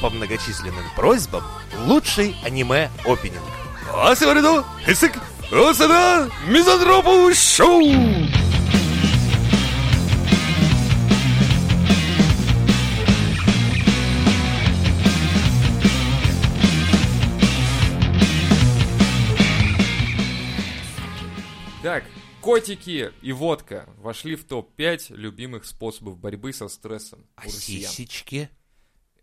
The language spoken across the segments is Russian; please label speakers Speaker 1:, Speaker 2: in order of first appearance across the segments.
Speaker 1: по многочисленным просьбам лучший аниме-опенинг. А сегодня Хисик Осада Мизантропу Шоу!
Speaker 2: Так, котики и водка вошли в топ-5 любимых способов борьбы со стрессом у
Speaker 1: А
Speaker 2: россиян.
Speaker 1: сисечки?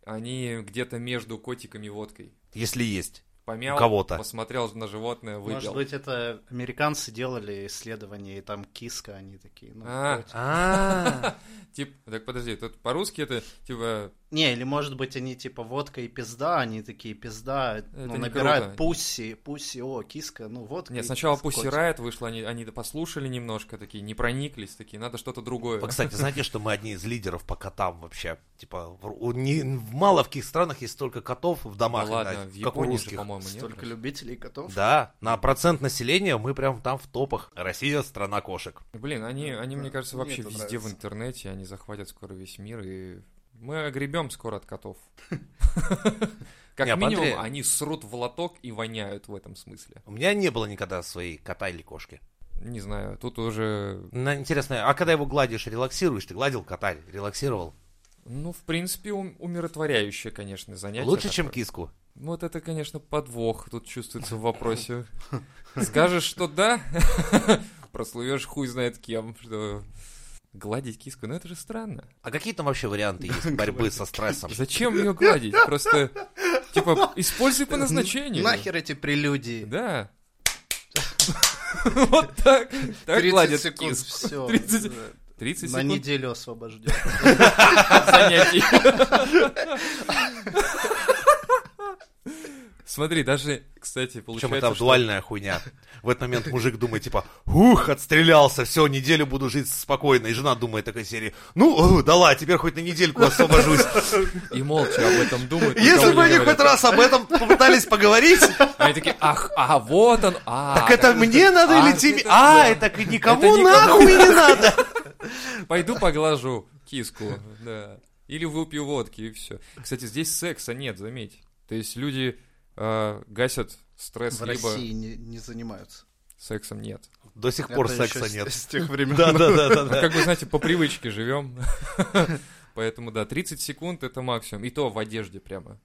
Speaker 2: Они где-то между котиками и водкой.
Speaker 1: Если есть.
Speaker 2: Помял,
Speaker 1: У кого-то.
Speaker 2: посмотрел на животное,
Speaker 3: Может
Speaker 2: выпил.
Speaker 3: быть, это американцы делали исследования, и там киска, они такие, ну,
Speaker 2: А,
Speaker 3: против.
Speaker 1: А,
Speaker 2: тип, так подожди, тут по-русски это типа
Speaker 3: Не, или может быть они типа водка и пизда, они такие пизда, ну,
Speaker 2: не
Speaker 3: набирают
Speaker 2: круто.
Speaker 3: пусси, пусси, о, киска, ну водка.
Speaker 2: Нет,
Speaker 3: и
Speaker 2: сначала
Speaker 3: котик.
Speaker 2: Pussy Riot вышло, они, они послушали немножко, такие не прониклись, такие, надо что-то другое.
Speaker 1: Вы, кстати, знаете, что мы одни из лидеров по котам вообще? Типа, в, у- не- в мало в каких странах есть столько котов в
Speaker 2: Ну
Speaker 1: домах,
Speaker 2: ладно,
Speaker 1: Игнатий,
Speaker 2: в
Speaker 1: как у
Speaker 2: Японии же,
Speaker 1: русских.
Speaker 2: по-моему, нет.
Speaker 3: Столько любителей котов.
Speaker 1: Да, на процент населения мы прям там в топах. Россия – страна кошек.
Speaker 2: Блин, они, они мне
Speaker 3: Ну, Да,
Speaker 2: кажется,
Speaker 3: мне
Speaker 2: вообще
Speaker 3: это
Speaker 2: везде в
Speaker 3: нравится.
Speaker 2: интернете, они захватят скоро весь мир, и мы огребем скоро от котов. Как
Speaker 1: Не, а
Speaker 2: минимум,
Speaker 1: Андрей-
Speaker 2: они срут в лоток и воняют в этом смысле.
Speaker 1: У меня не было никогда своей кота или кошки.
Speaker 2: Не знаю, тут уже...
Speaker 1: На- Интересно, а когда его гладишь, релаксируешь? Ты гладил кота, релаксировал?
Speaker 2: Ну, в принципе, ум- умиротворяющее, конечно, занятие.
Speaker 1: Лучше,
Speaker 2: такое.
Speaker 1: чем киску.
Speaker 2: Вот это, конечно, подвох тут чувствуется в вопросе. Скажешь, что да, прослывешь хуй знает кем, что гладить киску, ну это же странно.
Speaker 1: А какие там вообще варианты есть борьбы со стрессом?
Speaker 2: А Зачем ее гладить? Просто, типа, используй по назначению.
Speaker 3: Нахер эти прелюдии.
Speaker 2: Да. Вот так. Так
Speaker 3: 30
Speaker 2: гладят
Speaker 3: секунд,
Speaker 2: киску.
Speaker 3: все.
Speaker 2: 30 30
Speaker 3: На
Speaker 2: секунд
Speaker 3: неделю освобожден.
Speaker 2: занятий. Смотри, даже, кстати,
Speaker 1: Причем
Speaker 2: получается,
Speaker 1: это
Speaker 2: что-
Speaker 1: дуальная хуйня. В этот момент мужик думает, типа, ух, отстрелялся, все, неделю буду жить спокойно. И жена думает такой серии, ну, э, дала, теперь хоть на недельку освобожусь.
Speaker 2: и молча об этом думают.
Speaker 1: Если
Speaker 2: никому
Speaker 1: бы
Speaker 2: не
Speaker 1: они
Speaker 2: Типа, говорят.
Speaker 1: хоть раз об этом попытались поговорить,
Speaker 2: Они такие, ах, а вот он, а.
Speaker 1: так это мне надо
Speaker 2: а,
Speaker 1: или тебе?
Speaker 2: это
Speaker 1: А,
Speaker 2: да.
Speaker 1: это к- никому
Speaker 2: никому.
Speaker 1: нахуй не надо.
Speaker 2: Пойду поглажу киску, да. Или выпью водки, и все. Кстати, здесь секса нет, заметь. То есть люди э, гасят стресс,
Speaker 3: В
Speaker 2: либо
Speaker 3: России не, не занимаются.
Speaker 2: сексом нет.
Speaker 1: До сих пор
Speaker 3: Это
Speaker 1: секса
Speaker 3: ещё с-
Speaker 1: нет.
Speaker 3: С Ну, тех времен.
Speaker 1: Да, да, да, да,
Speaker 2: А
Speaker 1: да.
Speaker 2: как вы знаете, по привычке живем. Поэтому да, 30 секунд это максимум. И то в одежде прямо.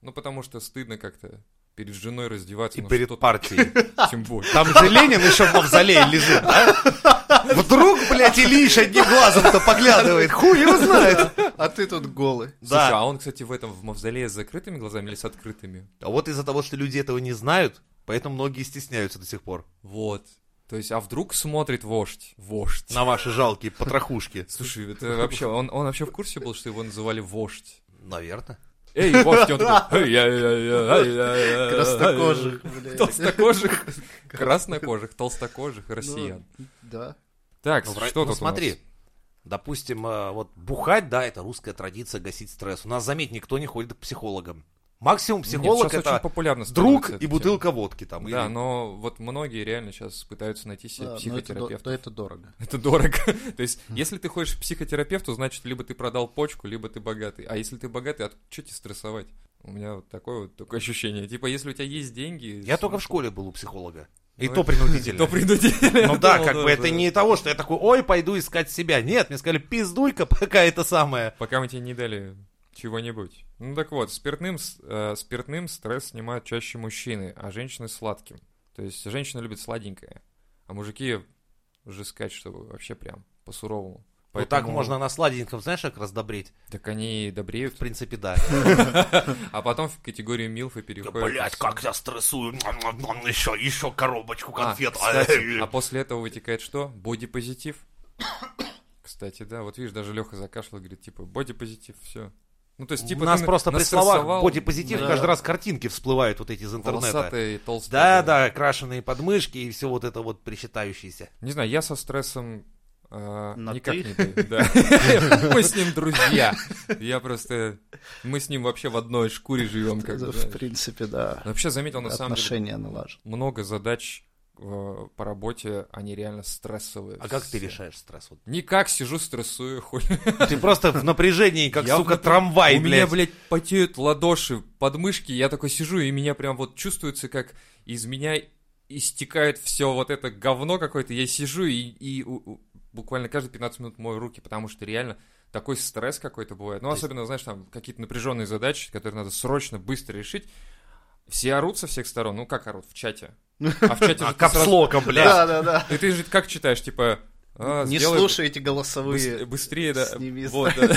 Speaker 2: Ну, потому что стыдно как-то перед женой раздеваться.
Speaker 1: И
Speaker 2: ну,
Speaker 1: перед
Speaker 2: что
Speaker 1: партией.
Speaker 2: ты, тем более.
Speaker 1: Там же Ленин еще в мавзолее лежит, да? Вдруг, блядь, Ильич одним глазом-то поглядывает. Хуй его знает.
Speaker 3: А ты тут голый.
Speaker 1: Да.
Speaker 2: Слушай, а он, кстати, в этом в мавзолее с закрытыми глазами или с открытыми?
Speaker 1: А вот из-за того, что люди этого не знают, поэтому многие стесняются до сих пор.
Speaker 2: Вот. То есть, а вдруг смотрит вождь? Вождь.
Speaker 1: На ваши жалкие потрохушки.
Speaker 2: Слушай, это вообще, он, он вообще в курсе был, что его называли вождь?
Speaker 1: Наверное.
Speaker 2: Эй, вождь, и он такой... «Эй, эй, эй, эй, эй, эй,
Speaker 3: Краснокожих,
Speaker 2: эй».
Speaker 3: блядь. Ну,
Speaker 2: Толстокожих, краснокожих, толстокожих и россиян.
Speaker 3: Ну, Да.
Speaker 2: Так,
Speaker 1: Ну, вра-
Speaker 2: что
Speaker 1: ну,
Speaker 2: тут у нас?
Speaker 1: смотри. Допустим, э, вот бухать, да, это русская традиция гасить стресс. У нас, заметь, никто не ходит к психологам. Максимум
Speaker 2: Нет,
Speaker 1: психолог
Speaker 2: щас очень
Speaker 1: это
Speaker 2: популярно
Speaker 1: друг
Speaker 2: становится эта
Speaker 1: и
Speaker 2: тема.
Speaker 1: бутылка водки там.
Speaker 2: Да, ну,
Speaker 1: или-
Speaker 2: но вот многие реально сейчас пытаются найти себе
Speaker 3: Да, но это, до-
Speaker 2: психотерапевта.
Speaker 3: то это дорого.
Speaker 2: Это дорого. То есть,
Speaker 1: Хм.
Speaker 2: если ты ходишь к психотерапевту, значит, либо ты продал почку, либо ты богатый. А если ты богатый, от что тебе стрессовать? У меня вот такое вот такое ощущение. Типа, если у тебя есть деньги...
Speaker 1: Я только в школе был у психолога. И
Speaker 2: Ну,
Speaker 1: то
Speaker 2: это-
Speaker 1: принудительно.
Speaker 2: то принудительно.
Speaker 1: Ну
Speaker 2: Я
Speaker 1: да,
Speaker 2: думал,
Speaker 1: как бы это не того, что я такой, ой, пойду искать себя. Нет, мне сказали, пиздуй-ка, пока это самое.
Speaker 2: Пока мы тебе не дали чего-нибудь. Ну так вот, спиртным, с- э, спиртным стресс снимают чаще мужчины, а женщины сладким. То есть женщина любит сладенькое, а мужики жескать, что вообще прям по-суровому.
Speaker 1: Вот
Speaker 2: Поэтому-
Speaker 1: Ну так можно на сладеньком, знаешь, как раздобреть?
Speaker 2: Так они
Speaker 1: В
Speaker 2: добреют,
Speaker 1: принципе, да.
Speaker 2: а потом в категорию милфы переходят.
Speaker 1: Блять, как я стрессую. Еще, еще коробочку
Speaker 2: А,
Speaker 1: конфет.
Speaker 2: кстати, а после этого вытекает что? Бодипозитив. Кстати, да, вот видишь, даже Леха закашлял, говорит, типа, бодипозитив, все. Ну, то есть, типа,
Speaker 1: У нас
Speaker 2: ты на-
Speaker 1: просто при словах
Speaker 2: настрессовал,
Speaker 1: бодипозитив
Speaker 2: да,
Speaker 1: каждый раз картинки всплывают вот эти из интернета.
Speaker 2: Волосатые, толстые.
Speaker 1: Да, да, крашеные подмышки и все вот это вот причитающееся.
Speaker 2: Не знаю, я со стрессом э,
Speaker 3: На
Speaker 2: никак
Speaker 3: «ты»?
Speaker 2: не ты. да. Мы с ним друзья. Я просто... Мы с ним вообще в одной шкуре живем. как бы,
Speaker 3: В
Speaker 2: да.
Speaker 3: принципе, да.
Speaker 2: Вообще заметил, на самом деле,
Speaker 3: Отношения налажены.
Speaker 2: много задач э, по работе, они реально стрессовые.
Speaker 1: А как ты
Speaker 2: все.
Speaker 1: решаешь стресс? Вот
Speaker 2: Никак сижу, стрессую, хуй.
Speaker 1: Ты просто в напряжении, как,
Speaker 2: Я
Speaker 1: сука,
Speaker 2: в-
Speaker 1: трамвай,
Speaker 2: У меня,
Speaker 1: блядь.
Speaker 2: блядь, потеют ладоши, подмышки, я такой сижу, и меня прям вот чувствуется, как из меня истекает все вот это говно какое-то. Я сижу и, и у- у- буквально каждые 15 минут мою руки, потому что реально такой стресс какой-то бывает. Ну,
Speaker 1: То есть-
Speaker 2: особенно, знаешь, там какие-то напряженные задачи, которые надо срочно, быстро решить. Все орут со всех сторон, ну как орут, в чате. А в чате
Speaker 1: А,
Speaker 2: же ты сразу...
Speaker 1: капслоком, блядь.
Speaker 3: Да, да, да.
Speaker 2: И ты же как читаешь, типа... а,
Speaker 3: Не
Speaker 2: сделай-
Speaker 3: слушайте
Speaker 2: Быс-
Speaker 3: голосовые.
Speaker 2: быстрее, да.
Speaker 3: сними
Speaker 2: Вот, да.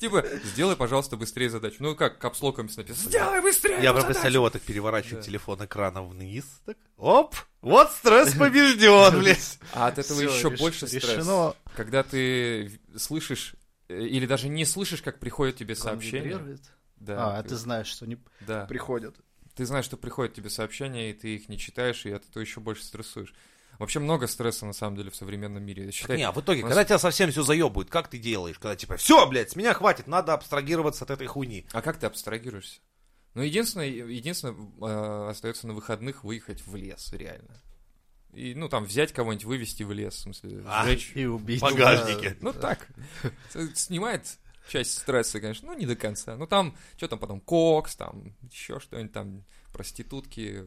Speaker 2: Типа, сделай, пожалуйста, быстрее задачу. Ну как, капслоком написано. Сделай быстрее!
Speaker 1: Я
Speaker 2: задачу!»
Speaker 1: представляю, вот так переворачиваю
Speaker 2: Да.
Speaker 1: телефон экраном вниз. Так, оп, вот стресс побежден, блядь.
Speaker 2: А от этого
Speaker 3: Всё,
Speaker 2: еще
Speaker 3: реш-
Speaker 2: больше стресс.
Speaker 3: решено.
Speaker 2: Когда ты в- слышишь э, или даже не слышишь, как приходит тебе сообщение.
Speaker 3: Вибрирует.
Speaker 2: Да.
Speaker 3: А, а ты знаешь, что они
Speaker 2: Да.
Speaker 3: приходят.
Speaker 2: Ты знаешь, что приходят тебе сообщения, и ты их не читаешь, и от этого еще больше стрессуешь. Вообще много стресса на самом деле в современном мире. Считай,
Speaker 1: Не, а в итоге,
Speaker 2: у нас-
Speaker 1: когда тебя совсем все заебывает, как ты делаешь? Когда типа, все, блядь, с меня хватит, надо абстрагироваться от этой хуйни.
Speaker 2: А как ты абстрагируешься? Ну, единственное, единственное э, остается на выходных выехать в лес, реально. И, ну, там, взять кого-нибудь, вывести в лес, в смысле,
Speaker 1: А,
Speaker 2: сжечь.
Speaker 3: И убить.
Speaker 1: Багажники.
Speaker 2: Ну, так. С- Снимает часть стресса, конечно, ну, не до конца. Ну, там, что там потом, кокс, там, еще что-нибудь, там, проститутки.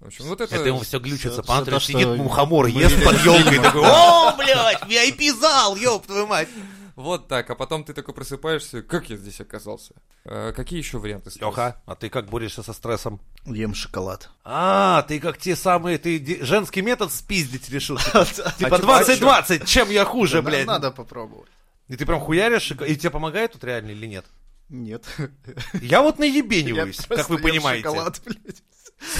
Speaker 2: В общем, вот это...
Speaker 1: Это ему все глючится,
Speaker 3: всё-
Speaker 1: понадобится,
Speaker 3: всё то,
Speaker 1: сидит
Speaker 3: что
Speaker 1: мухомор,
Speaker 3: мы
Speaker 1: ест под елкой, такой, о, блядь, VIP-зал, ёб твою мать.
Speaker 2: Вот так, а потом ты такой просыпаешься, как я здесь оказался? Э, какие еще варианты стресса?
Speaker 1: Леха, а ты как борешься со стрессом?
Speaker 2: Ну,
Speaker 3: Ем шоколад.
Speaker 1: А, ты как те самые, ты де- женский метод спиздить решил.
Speaker 2: типа,
Speaker 1: Типа
Speaker 2: а
Speaker 1: 20-20, чем я хуже,
Speaker 3: Да,
Speaker 1: блядь.
Speaker 3: Надо попробовать.
Speaker 1: И ты прям хуяришь, и и тебе помогает тут реально или нет?
Speaker 3: Нет.
Speaker 1: Я вот
Speaker 3: Я
Speaker 1: наебениваюсь, как
Speaker 3: просто
Speaker 1: вы
Speaker 3: ем
Speaker 1: понимаете.
Speaker 3: шоколад, блядь.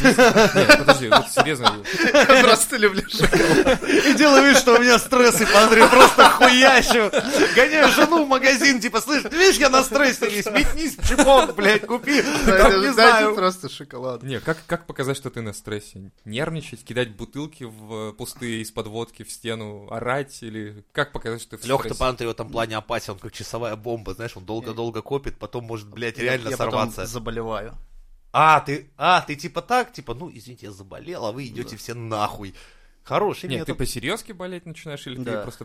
Speaker 2: Нет, подожди, вот серьезно.
Speaker 3: Я просто люблю шоколад.
Speaker 1: И делаю вид, что у меня стресс, и смотрю, просто хуящу. Гоняю жену в магазин, типа, слышь, ты видишь, я на стрессе весь, метнись, чипок, блядь, купи, там, не
Speaker 3: Дайте дайте
Speaker 1: знаю.
Speaker 3: просто шоколад.
Speaker 2: Не, как, как показать, что ты на стрессе? Нервничать, кидать бутылки в э, пустые из-под водки в стену, орать или как показать, что ты в
Speaker 1: Леха
Speaker 2: стрессе?
Speaker 1: Топан, ты в этом плане опасен, он как часовая бомба, знаешь, он долго-долго копит, потом может, блядь, реально
Speaker 3: Я потом
Speaker 1: сорваться.
Speaker 3: заболеваю.
Speaker 1: А, ты, а, ты типа так, типа, ну, извините, я заболел, а вы идете все нахуй. Хороший
Speaker 2: Нет, ты
Speaker 1: метод.
Speaker 2: по-серьезки болеть начинаешь или ты
Speaker 3: Да.
Speaker 2: просто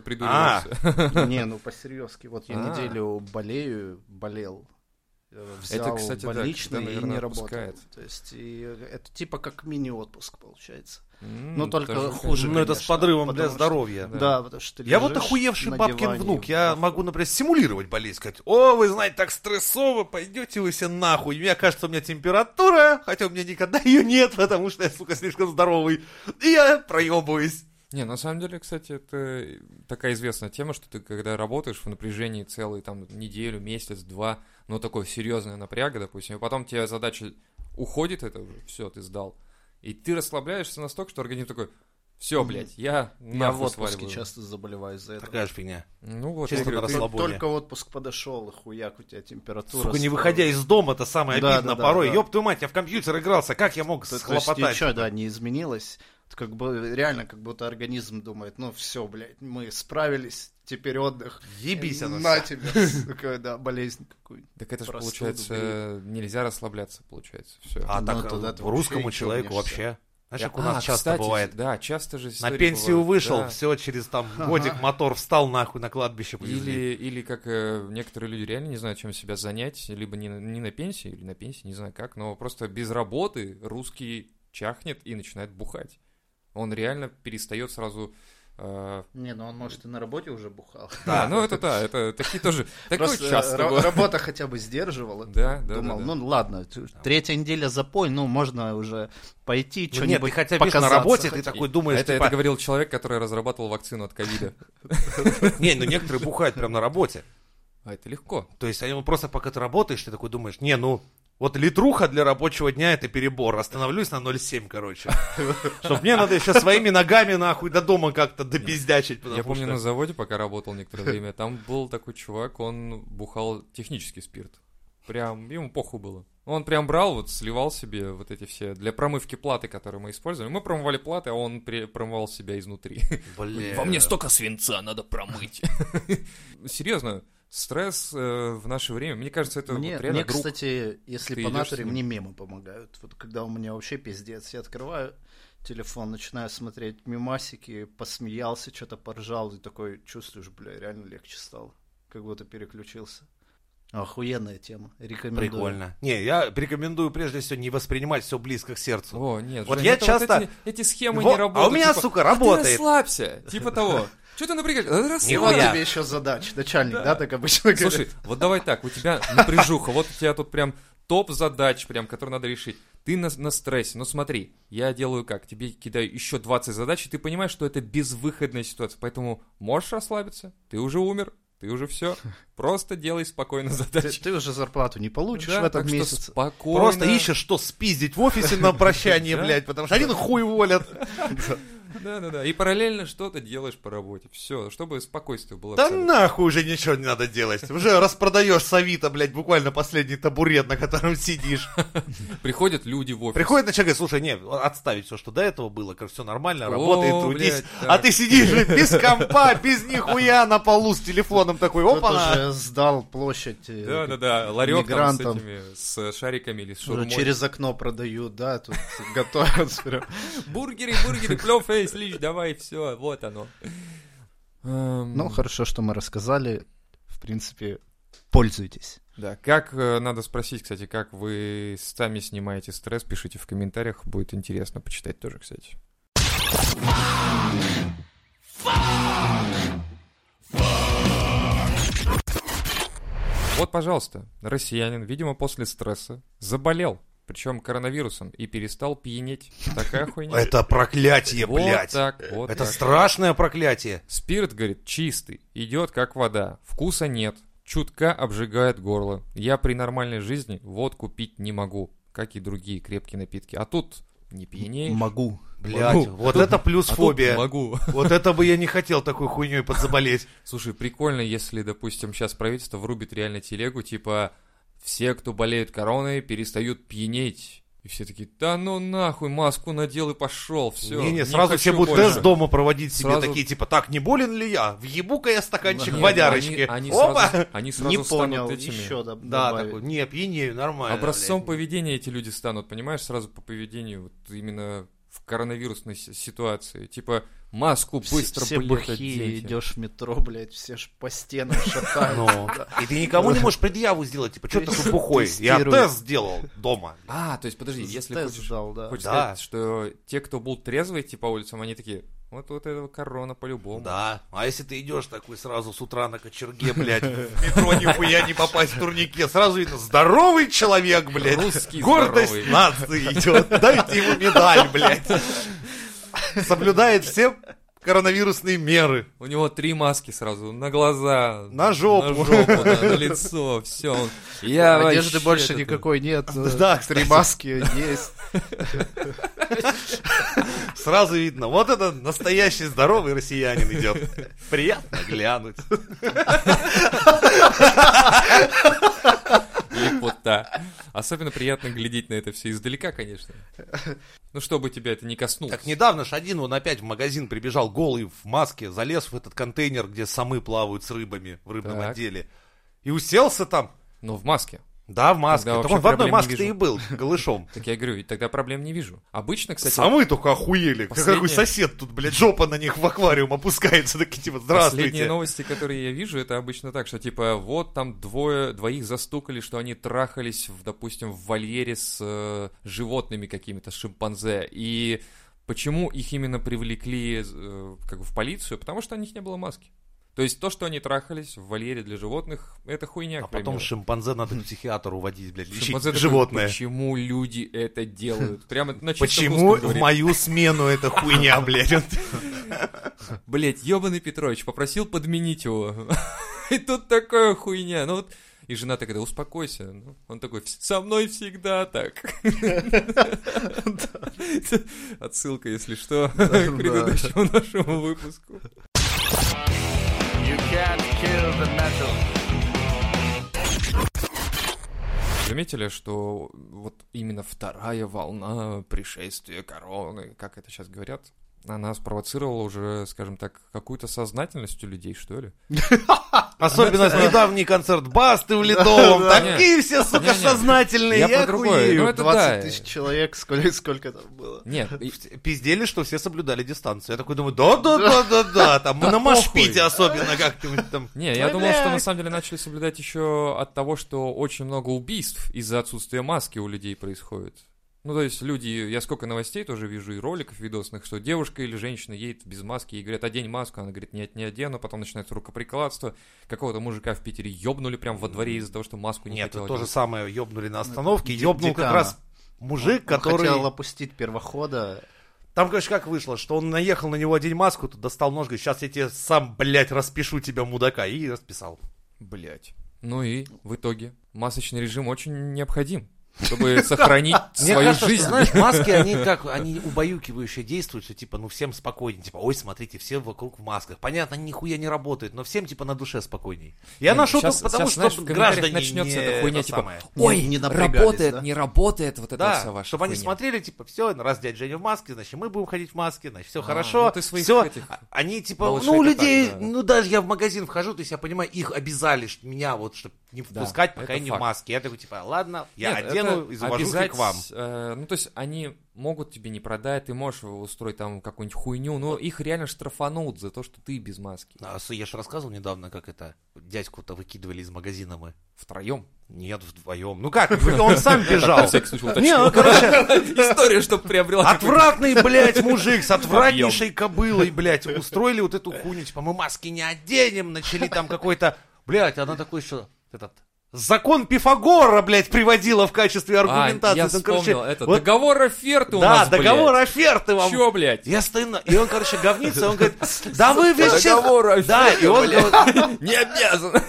Speaker 2: придуриваешься?
Speaker 3: Не, ну по-серьезки. Вот я
Speaker 2: А.
Speaker 3: неделю болею, болел. Э, Взял
Speaker 2: Это, кстати, да,
Speaker 3: больничный
Speaker 2: когда,
Speaker 3: и
Speaker 2: наверное,
Speaker 3: не работал.
Speaker 2: отпускает.
Speaker 3: То есть и это типа как мини-отпуск получается.
Speaker 2: М,
Speaker 3: Ну, только
Speaker 2: даже-
Speaker 3: хуже,
Speaker 1: Ну, это с
Speaker 3: конечно,
Speaker 1: подрывом для
Speaker 3: потому что-
Speaker 1: здоровья.
Speaker 2: Да.
Speaker 3: Да, потому что ты
Speaker 1: Я вот
Speaker 3: лежишь
Speaker 1: охуевший
Speaker 3: на
Speaker 1: бабкин
Speaker 3: диване.
Speaker 1: внук. Я могу, например, симулировать болезнь, сказать, о, вы знаете, так стрессово, пойдете вы все нахуй. Мне кажется, у меня температура, хотя у меня никогда ее нет, потому что я, сука, слишком здоровый. И я проебываюсь.
Speaker 2: Не, на самом деле, кстати, это такая известная тема, что ты когда работаешь в напряжении целый там неделю, месяц, два, ну такое серьезное напряга, допустим, и потом тебе задача уходит, это уже все, ты сдал, и ты расслабляешься настолько, что организм такой, все,
Speaker 3: Мгм.
Speaker 2: блядь, я
Speaker 3: Я
Speaker 2: нахуй
Speaker 3: в отпуске
Speaker 2: сваливаю».
Speaker 3: часто заболеваю из-за этого.
Speaker 1: Такая же фигня.
Speaker 2: Ну вот,
Speaker 1: Честно,
Speaker 2: я говорю,
Speaker 1: на
Speaker 2: ты-
Speaker 1: расслаб- Слабоня.
Speaker 3: Только отпуск подошел, и хуяк, у тебя температура.
Speaker 1: Сука, не
Speaker 3: стала.
Speaker 1: выходя из дома, это самое
Speaker 3: Да,
Speaker 1: обидно
Speaker 3: да, да,
Speaker 1: порой.
Speaker 3: да.
Speaker 1: Ёб твою мать, я в компьютер игрался, как я мог
Speaker 3: То- то есть
Speaker 1: схлопотать?
Speaker 3: ничего, да, не изменилось. Это Как бы реально, как будто организм думает, ну все, блядь, мы справились, теперь отдых.
Speaker 1: Ебись оно
Speaker 3: На
Speaker 1: всё.
Speaker 3: тебе, сука, да, болезнь какую-нибудь.
Speaker 2: Так это же
Speaker 3: Простуду,
Speaker 2: получается, нельзя расслабляться, получается, все.
Speaker 1: А
Speaker 3: Ну,
Speaker 1: так
Speaker 3: туда
Speaker 1: э,
Speaker 3: ты вообще
Speaker 1: русскому
Speaker 3: не а,
Speaker 1: человеку
Speaker 3: тёбнешься.
Speaker 1: вообще. Знаешь, как у нас часто бывает.
Speaker 2: А, Да, часто же
Speaker 1: На
Speaker 2: истории
Speaker 1: пенсию
Speaker 2: бывают,
Speaker 1: вышел,
Speaker 2: да.
Speaker 1: все, через там годик мотор встал нахуй на кладбище повезли.
Speaker 2: Или, или как э, некоторые люди реально не знают, чем себя занять, либо не, на- не на пенсии, или на пенсии, не знаю как, но просто без работы русский чахнет и начинает бухать. Он реально перестает сразу... э,
Speaker 3: Не, ну он, может, и на работе уже бухал.
Speaker 2: да, ну это да, это такие тоже... Такое
Speaker 3: Просто э,
Speaker 2: часто
Speaker 3: ра-
Speaker 2: бывает.
Speaker 3: работа хотя бы сдерживала.
Speaker 2: Да, да,
Speaker 3: Думал,
Speaker 2: да, да.
Speaker 3: ну ладно, т- третья неделя запой, ну можно уже пойти,
Speaker 1: Ну, нет, ты
Speaker 3: что-нибудь
Speaker 1: хотя бы видишь, на
Speaker 3: показаться.
Speaker 1: работе ты
Speaker 3: хотя бы.
Speaker 1: такой думаешь,
Speaker 2: это,
Speaker 1: типа,
Speaker 2: это говорил человек, который разрабатывал вакцину от ковида.
Speaker 1: не, ну некоторые бухают прям на работе.
Speaker 2: А это легко.
Speaker 1: То есть они вот просто пока ты работаешь, ты такой думаешь, не, ну, вот литруха для рабочего дня это перебор, остановлюсь на 0,7, короче. Чтоб мне надо еще своими ногами нахуй до дома как-то допиздячить,
Speaker 2: Я
Speaker 1: потому
Speaker 2: помню ну,
Speaker 1: что...
Speaker 2: на заводе, пока работал некоторое время, там был такой чувак, он бухал технический спирт. Прям, ему похуй было. Он прям брал, вот сливал себе вот эти все, для промывки платы, которые мы использовали. Мы промывали платы, а он при- промывал себя изнутри.
Speaker 1: Блин.
Speaker 2: столько свинца, надо промыть. Серьезно, Стресс э, в наше время, мне кажется, это
Speaker 3: мне,
Speaker 2: вот реально
Speaker 3: мне,
Speaker 2: друг.
Speaker 3: кстати, если
Speaker 2: Ты
Speaker 3: по
Speaker 2: идёшь
Speaker 3: натуре,
Speaker 2: с ним?
Speaker 3: мне мемы помогают. Вот когда у меня вообще пиздец, я открываю телефон, начинаю смотреть мемасики, посмеялся, что-то поржал, и такой чувствуешь, бля, реально легче стало. Как будто переключился. Охуенная тема. Рекомендую.
Speaker 1: Прикольно. Не, я рекомендую прежде всего не воспринимать все близко к сердцу.
Speaker 2: О, нет,
Speaker 1: Вот
Speaker 2: Жень,
Speaker 1: я
Speaker 2: это
Speaker 1: часто-
Speaker 2: эти, эти схемы
Speaker 1: Во,
Speaker 2: Ну, не
Speaker 1: а
Speaker 2: работают.
Speaker 1: у меня,
Speaker 2: типа,
Speaker 1: сука,
Speaker 2: «А ты
Speaker 1: работает».
Speaker 2: расслабься, типа того. Что ты напрягаешь? Да
Speaker 1: Нихуя.
Speaker 2: Расслабься.
Speaker 3: Вот тебе еще задач. Начальник, да, так обычно
Speaker 2: Слушай, вот давай так, у тебя напряжуха, вот у тебя тут прям топ задач, прям, которые надо решить. Ты на, на стрессе, ну смотри, я делаю как, тебе кидаю еще 20 задач, и ты понимаешь, что это безвыходная ситуация, поэтому можешь расслабиться, ты уже умер, ты уже все, просто делай спокойно
Speaker 3: говорит.
Speaker 2: задачи.
Speaker 3: Ты, ты уже зарплату не получишь
Speaker 2: Да,
Speaker 3: в этом
Speaker 2: так что
Speaker 3: месяце.
Speaker 2: спокойно.
Speaker 1: Просто ищешь, что спиздить в офисе на прощание,
Speaker 2: Да.
Speaker 1: блядь, потому что ну, один хуй уволят.
Speaker 2: Да-да-да, и параллельно что-то делаешь по работе, все, чтобы спокойствие было.
Speaker 1: Да
Speaker 2: абсолютно.
Speaker 1: нахуй уже ничего не надо делать. Уже распродаешь Савита, блядь, буквально последний табурет, на котором сидишь.
Speaker 3: ну
Speaker 2: Приходят люди в офис.
Speaker 1: Приходит на человека, слушай, не, отставить все, что до этого было, как все нормально, работай,
Speaker 2: О,
Speaker 1: трудись.
Speaker 2: блядь,
Speaker 1: а
Speaker 2: так.
Speaker 1: ты сидишь же без компа, без нихуя на полу с телефоном такой,
Speaker 3: Кто-то
Speaker 1: опа
Speaker 3: уже сдал площадь. э,
Speaker 2: Да, да, да. Ларек там с
Speaker 3: мигрантам.
Speaker 2: этими, с шариками или с
Speaker 3: уже
Speaker 2: шурмой.
Speaker 3: через окно продают, да, тут готовят прям.
Speaker 2: Бургеры, бургеры, плев, эй, слишь, давай, все, вот оно.
Speaker 3: Ну,
Speaker 2: Ну,
Speaker 3: хорошо, что мы рассказали. В принципе, пользуйтесь.
Speaker 2: да, как, э, надо спросить, кстати, как вы сами снимаете стресс, пишите в комментариях, будет интересно почитать тоже, кстати. Вот, пожалуйста, россиянин, видимо, после стресса заболел, причем коронавирусом, и перестал пьянеть. Такая хуйня.
Speaker 1: Это проклятие,
Speaker 2: Вот
Speaker 1: блядь.
Speaker 2: так, вот
Speaker 1: Это
Speaker 2: так.
Speaker 1: страшное проклятие.
Speaker 2: Спирт, говорит, чистый, идет как вода, вкуса нет, чутка обжигает горло. Я при нормальной жизни водку пить не могу, как и другие крепкие напитки. А тут не пьянеешь.
Speaker 3: Могу.
Speaker 1: Блядь,
Speaker 2: Ну,
Speaker 1: вот
Speaker 2: а тут-
Speaker 1: это плюс
Speaker 2: а тут
Speaker 1: фобия.
Speaker 2: могу.
Speaker 1: Вот это бы я не хотел такой хуйней подзаболеть.
Speaker 2: Слушай, прикольно, если, допустим, сейчас правительство врубит реально телегу, типа, все, кто болеет короной, перестают пьянеть. И все такие, да ну нахуй, маску надел и пошел, все.
Speaker 1: Не-не, сразу все будут
Speaker 2: больше.
Speaker 1: тест дома проводить себе
Speaker 2: Сразу-
Speaker 1: такие, типа, так, не болен ли я? Въебу-ка я стаканчик
Speaker 2: Не,
Speaker 1: водярочки.
Speaker 2: Они, они
Speaker 1: Опа!
Speaker 2: сразу, они сразу
Speaker 3: Не
Speaker 2: станут
Speaker 3: понял,
Speaker 2: этими.
Speaker 3: еще доб-
Speaker 1: Да,
Speaker 3: добавить.
Speaker 1: такой, не, пьянею, нормально.
Speaker 2: Образцом
Speaker 1: блядь.
Speaker 2: поведения эти люди станут, понимаешь, сразу по поведению, вот именно в коронавирусной си- ситуации. Типа, маску
Speaker 3: Все-
Speaker 2: быстро,
Speaker 3: все
Speaker 2: блядь,
Speaker 3: бухие,
Speaker 2: оденьте.
Speaker 3: идешь в метро, блядь, все ж по стенам шатаются.
Speaker 1: Ну, и ты никому не можешь предъяву сделать, типа, что ты такой бухой? Я
Speaker 3: Тестируют.
Speaker 1: тест сделал дома.
Speaker 2: А, то есть, подожди, если
Speaker 3: Тест
Speaker 2: хочешь,
Speaker 3: сдал, да.
Speaker 2: хочешь
Speaker 1: Да.
Speaker 2: сказать, что те, кто будут трезвые идти по улицам, они такие, вот вот этого корона по-любому.
Speaker 1: Да, а если ты идешь такой сразу с утра на кочерге, блядь, в метро нихуя не попасть в турнике, сразу видно, здоровый человек, блядь,
Speaker 2: Русский
Speaker 1: гордость
Speaker 2: здоровый.
Speaker 1: нации идет, дайте ему медаль, блядь, соблюдает все коронавирусные меры.
Speaker 2: У него три маски сразу, на глаза,
Speaker 1: На жопу.
Speaker 2: на, жопу, да, на лицо, все. Я
Speaker 3: Одежды
Speaker 2: вообще
Speaker 3: больше
Speaker 2: этот-
Speaker 3: никакой нет. э,
Speaker 1: Да,
Speaker 3: Три маски есть.
Speaker 1: Сразу видно, вот это настоящий здоровый россиянин идет. Приятно глянуть.
Speaker 2: Лепота. Особенно приятно глядеть на это все издалека, конечно. Ну, чтобы тебя это не коснулось.
Speaker 1: Так недавно ж один он опять в магазин прибежал голый в маске, залез в этот контейнер, где самы плавают с рыбами в рыбном
Speaker 2: Так.
Speaker 1: отделе. И уселся там.
Speaker 2: Но в маске.
Speaker 1: Да, в маске.
Speaker 2: Тогда
Speaker 1: так
Speaker 2: вообще
Speaker 1: он в одной
Speaker 2: проблем не
Speaker 1: маске-то
Speaker 2: вижу.
Speaker 1: и был, голышом.
Speaker 2: Так я говорю, и тогда проблем не вижу. Обычно, кстати,
Speaker 1: Самы только охуели. Как
Speaker 2: последняя-
Speaker 1: Какой сосед тут, блядь, жопа на них в аквариум опускается. Такие типа,
Speaker 2: последние
Speaker 1: здравствуйте.
Speaker 2: новости, которые я вижу, это обычно так, что типа вот там двое, двоих застукали, что они трахались, в, допустим, в вольере с э, животными какими-то, с шимпанзе. И почему их именно привлекли э, как бы в полицию? Потому что у них не было маски. То есть то, что они трахались в вольере для животных, это хуйня.
Speaker 1: А
Speaker 2: к примеру.
Speaker 1: потом шимпанзе надо к психиатру водить, блядь, лечить
Speaker 2: Шимпанзе такой,
Speaker 1: животное.
Speaker 2: Почему люди это делают? Прямо на чистом
Speaker 1: Почему
Speaker 2: русском
Speaker 1: в
Speaker 2: говорит.
Speaker 1: мою смену эта хуйня, блядь? Он
Speaker 2: Блять, ёбаный Петрович попросил подменить его. И тут такая хуйня. Ну вот, и жена такая, да успокойся. Ну, Он такой, «Вс- со мной всегда так. Отсылка, если что, к предыдущему нашему выпуску. Заметили, что вот именно вторая волна пришествия короны, как это сейчас говорят, она спровоцировала уже, скажем так, какую-то сознательность у людей, что ли?
Speaker 1: Особенно недавний концерт Басты в Литовом.
Speaker 2: да.
Speaker 1: Такие все, сука,
Speaker 2: Не-не.
Speaker 1: сознательные.
Speaker 2: Я
Speaker 1: Я
Speaker 2: про другое.
Speaker 1: хуею.
Speaker 2: Ну, это
Speaker 3: 20
Speaker 2: да.
Speaker 3: тысяч человек, сколько, сколько там было.
Speaker 2: Нет, и-
Speaker 1: Пиздели, что все соблюдали дистанцию. Я такой думаю, да-да-да-да-да, там мы
Speaker 2: Да
Speaker 1: на
Speaker 2: похуй.
Speaker 1: Машпите особенно как-нибудь там.
Speaker 2: не, я думал, что на самом деле начали соблюдать еще от того, что очень много убийств из-за отсутствия маски у людей происходит. Ну, то есть люди, я сколько новостей тоже вижу и роликов видосных, что девушка или женщина едет без маски и говорят, одень маску, она говорит, нет, не одену, потом начинается рукоприкладство. Какого-то мужика в Питере ёбнули прямо во дворе из-за того, что маску не Ну,
Speaker 1: Нет,
Speaker 2: хотела
Speaker 1: то же
Speaker 2: одевать.
Speaker 1: самое, ёбнули на остановке,
Speaker 3: Ди-
Speaker 1: ёбнул как
Speaker 3: декана.
Speaker 1: раз мужик,
Speaker 2: Ну,
Speaker 3: Он
Speaker 1: который...
Speaker 3: хотел опустить первохода.
Speaker 1: Там, короче, как вышло, что он наехал на него один маску, тут достал нож, говорит, сейчас я тебе сам, блядь, распишу тебя, мудака, и расписал.
Speaker 2: Блять. Ну и в итоге масочный режим очень необходим, чтобы сохранить
Speaker 1: Мне
Speaker 2: свою
Speaker 1: кажется, что,
Speaker 2: жизнь.
Speaker 1: знаешь, маски, они как, они убаюкивающе действуют, что типа, ну всем спокойнее, типа, ой, смотрите, все вокруг в масках. Понятно, они нихуя не работают, но всем типа на душе спокойней. Я
Speaker 2: Не,
Speaker 1: нашел
Speaker 2: щас-
Speaker 1: тут, потому
Speaker 2: щас,
Speaker 1: что
Speaker 2: знаешь, в комментариях
Speaker 1: граждане
Speaker 2: начнется
Speaker 1: не
Speaker 2: эта хуйня,
Speaker 1: это
Speaker 2: типа,
Speaker 1: самое.
Speaker 2: Ой,
Speaker 3: Не- не напрягались,
Speaker 2: работает,
Speaker 3: да?
Speaker 2: не работает, вот это
Speaker 1: Да,
Speaker 2: вся ваша
Speaker 1: чтобы они
Speaker 2: хуйня.
Speaker 1: смотрели, типа, все, раз дядя Женя в маске, значит, мы будем ходить в маске, значит, все
Speaker 2: А,
Speaker 1: хорошо.
Speaker 2: ну ты своих
Speaker 1: всё.
Speaker 2: этих
Speaker 1: А- Они, типа,
Speaker 2: малышей
Speaker 1: ну, у
Speaker 2: это
Speaker 1: людей,
Speaker 2: так, да.
Speaker 1: ну, даже я в магазин вхожу, то есть я понимаю, их обязали что меня вот, чтобы не
Speaker 2: Да,
Speaker 1: впускать,
Speaker 2: это
Speaker 1: пока я не в
Speaker 2: факт.
Speaker 1: маске. Я такой, типа, ладно, я
Speaker 2: Нет,
Speaker 1: одену
Speaker 2: это
Speaker 1: из уважухи
Speaker 2: обязать-
Speaker 1: к вам.
Speaker 2: э, ну, то есть они могут тебе не продать, ты можешь устроить там какую-нибудь хуйню, но их реально штрафанут за то, что ты без маски.
Speaker 1: А, с- я же рассказывал недавно, как это, дядьку-то выкидывали из магазина мы.
Speaker 2: Втроем.
Speaker 1: Нет, вдвоем. Ну как, он сам бежал.
Speaker 2: На всякий случай
Speaker 1: Не, ну,
Speaker 2: уточню.
Speaker 1: короче,
Speaker 2: История, чтобы приобрела... какой-то-
Speaker 1: Отвратный, блядь, мужик с отвратнейшей кобылой, блядь, устроили вот эту хуйню, типа, мы маски не оденем, начали там какой-то, блядь, она такой, что этот... Закон Пифагора, блядь, приводила в качестве
Speaker 2: А,
Speaker 1: аргументации.
Speaker 2: я
Speaker 1: Там, короче,
Speaker 2: вспомнил, это
Speaker 1: вот-
Speaker 2: договор оферты у
Speaker 1: да,
Speaker 2: нас,
Speaker 1: договор оферты вам.
Speaker 2: Че, блядь?
Speaker 1: Я стою на... И он, короче, говнится, он говорит, да вы весь...
Speaker 2: Договор оферты,
Speaker 1: Да, и он,
Speaker 2: Не обязан.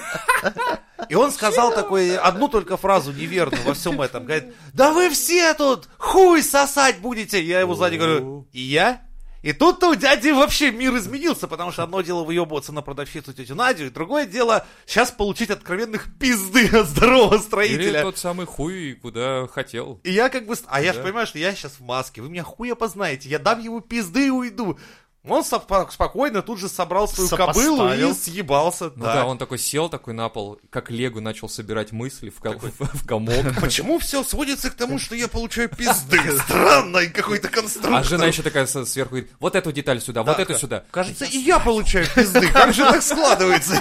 Speaker 1: и он сказал такой, одну только фразу неверную во всем этом. Говорит, да вы все тут хуй сосать будете. Я ему сзади говорю, и я? И тут-то у дяди вообще мир изменился, потому что одно дело выебываться на продавщицу тетю Надю, и другое дело сейчас получить откровенных пизды от здорового
Speaker 2: Или
Speaker 1: строителя.
Speaker 2: тот самый хуй, куда хотел.
Speaker 1: И я как бы... с- А я же
Speaker 2: Да.
Speaker 1: понимаю, что я сейчас в маске. Вы меня хуя познаете. Я дам ему пизды и уйду. Он сопо- спокойно тут же собрал свою кобылу и
Speaker 3: Сопоставил.
Speaker 1: съебался.
Speaker 2: Ну да. он такой сел такой на пол, как Лего начал собирать мысли в, ком- в комок.
Speaker 1: Почему все сводится к тому, что я получаю пизды? Странный какой-то конструктор.
Speaker 2: А жена еще такая со- сверху говорит, вот эту деталь сюда,
Speaker 1: Да,
Speaker 2: вот эту
Speaker 1: ка-
Speaker 2: сюда.
Speaker 1: Кажется, и я получаю пизды. Как же так складывается?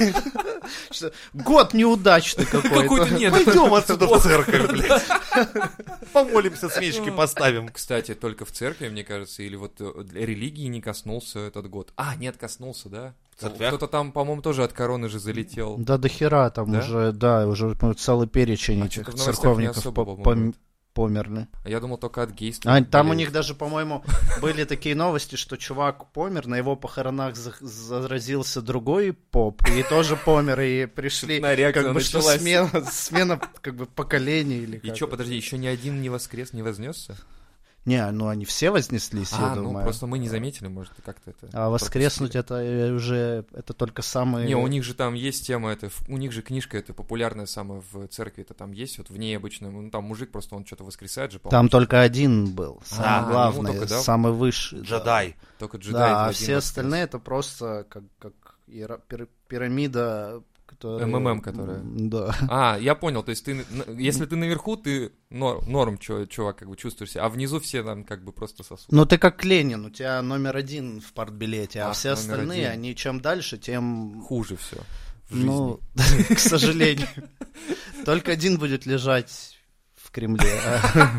Speaker 3: Что- Год неудачный какой-то.
Speaker 2: Какую-то нет.
Speaker 1: Пойдем отсюда в церковь, блядь. Помолимся, свечки поставим.
Speaker 2: Кстати, только в церкви, мне кажется, или вот э, для религии не коснулся этот год. А, нет, коснулся, да?
Speaker 1: церквях?
Speaker 2: Кто-то там, по-моему, тоже от короны же залетел.
Speaker 3: Да до хера там
Speaker 2: Да?
Speaker 3: уже, да, уже ну, целый перечень
Speaker 2: А
Speaker 3: этих
Speaker 2: чё-то в новостях не
Speaker 3: церковников
Speaker 2: особо,
Speaker 3: по-
Speaker 2: по-моему,
Speaker 3: пом-
Speaker 2: это.
Speaker 3: померли.
Speaker 2: А Я думал, только от гейств.
Speaker 3: А, там у
Speaker 2: болеют.
Speaker 3: них даже, по-моему, были такие новости, что чувак помер, на его похоронах за- заразился другой поп, и тоже помер, и пришли
Speaker 2: На реакция
Speaker 3: как бы что
Speaker 2: началась.
Speaker 3: смена, смена как бы поколений или
Speaker 2: И
Speaker 3: как
Speaker 2: чё,
Speaker 3: это.
Speaker 2: подожди, еще ни один не воскрес, не вознесся?
Speaker 3: Не, ну они все вознеслись,
Speaker 2: А,
Speaker 3: я
Speaker 2: ну
Speaker 3: думаю.
Speaker 2: просто мы не заметили, может, как-то это.
Speaker 3: А воскреснуть это э, уже, это только самые...
Speaker 2: Не, у них же там есть тема, это, в- у них же книжка это популярная самая в церкви, это там есть, вот в ней обычно, ну там мужик просто, он что-то воскресает же, по-моему,
Speaker 3: Там только один был, самый
Speaker 2: ну,
Speaker 3: главный,
Speaker 2: только, да.
Speaker 3: самый высший. да.
Speaker 1: Джедай.
Speaker 2: только джедай.
Speaker 3: Да,
Speaker 2: это
Speaker 3: а
Speaker 2: один
Speaker 3: все
Speaker 2: воскрес.
Speaker 3: остальные это просто как, как иера- пир- пирамида, которая...
Speaker 2: МММ, которая.
Speaker 3: М, Да.
Speaker 2: А, я понял, то есть ты, на- если ты наверху, ты нор- норм, чё- чувак, как бы чувствуешь себя, а внизу все там как бы просто сосуд.
Speaker 3: Ну ты как Ленин, у тебя номер один в партбилете, а,
Speaker 2: А,
Speaker 3: все
Speaker 2: номер
Speaker 3: остальные,
Speaker 2: один.
Speaker 3: они чем дальше, тем...
Speaker 2: Хуже все в жизни.
Speaker 3: Ну, к сожалению. Только один будет лежать в Кремле. а-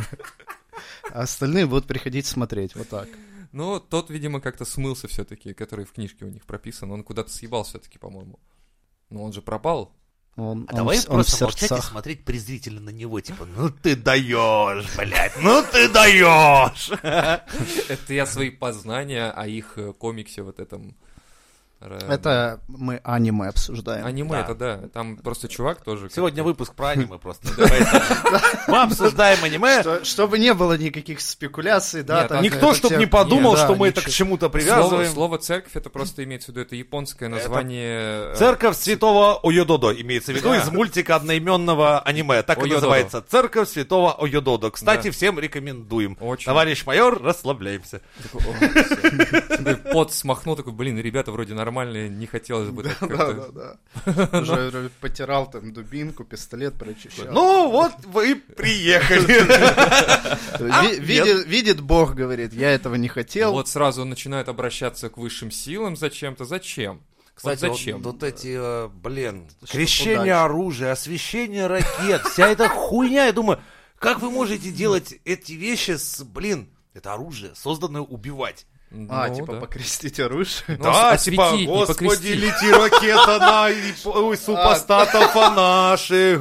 Speaker 3: а Остальные будут приходить смотреть, вот так.
Speaker 2: Ну, тот, видимо, как-то смылся все-таки, который в книжке у них прописан, он куда-то съебал все-таки, по-моему. Ну, он же пропал.
Speaker 3: Он,
Speaker 1: А
Speaker 3: он
Speaker 1: давай
Speaker 3: в- он в
Speaker 1: просто молчать и
Speaker 3: сердцах.
Speaker 1: смотреть презрительно на него, типа, ну ты даешь, блядь, ну ты даешь.
Speaker 2: Это я свои познания о их э, комиксе вот этом.
Speaker 3: Это мы аниме обсуждаем.
Speaker 1: Э,
Speaker 2: Аниме,
Speaker 1: да.
Speaker 2: это да. Там просто чувак тоже... как
Speaker 1: Сегодня
Speaker 2: бы-
Speaker 1: выпуск про аниме просто. Давайте. Мы обсуждаем аниме.
Speaker 3: Что- чтобы не было никаких спекуляций, да.
Speaker 2: Нет,
Speaker 3: там
Speaker 1: Никто,
Speaker 3: это
Speaker 1: чтобы
Speaker 3: те-
Speaker 1: не подумал,
Speaker 3: Нет, да,
Speaker 1: что мы это к
Speaker 3: ничего.
Speaker 1: чему-то
Speaker 2: Слово,
Speaker 1: привязываем.
Speaker 2: слово церковь это просто имеется в виду, это японское название. э,
Speaker 1: Церковь Святого Ойододо имеется в виду
Speaker 2: Да.
Speaker 1: из мультика одноименного аниме. Так и
Speaker 2: Ойододо.
Speaker 1: называется. Церковь Святого Ойододо. Кстати,
Speaker 2: Да.
Speaker 1: всем рекомендуем.
Speaker 2: Очень.
Speaker 1: Товарищ майор, расслабляемся.
Speaker 2: Такой, «О, всё». Такой Пот смахнул, такой, блин, ребята вроде нормальные, не хотелось бы так
Speaker 3: Да, да,
Speaker 2: как-то.
Speaker 3: да. Уже потирал там дубинку, пистолет прочищал.
Speaker 1: Ну вот вы приехали.
Speaker 3: Ви-
Speaker 1: а,
Speaker 3: видит, видит Бог, говорит, я этого не хотел.
Speaker 2: Вот сразу он начинает обращаться к высшим силам зачем-то. Зачем? Кстати,
Speaker 1: вот-
Speaker 2: зачем?
Speaker 1: Вот, эти, э, блин,
Speaker 3: Чтоб
Speaker 1: крещение
Speaker 3: удачи.
Speaker 1: оружия, освещение ракет, вся эта хуйня, я думаю, как вы можете делать эти вещи с, блин, это оружие, созданное убивать.
Speaker 3: А,
Speaker 2: Ну,
Speaker 3: типа
Speaker 2: да.
Speaker 3: покрестить оружие.
Speaker 2: Ну, ос- осветить, не покрестить».
Speaker 1: типа, лети ракета на и- ой, супостатов а наших.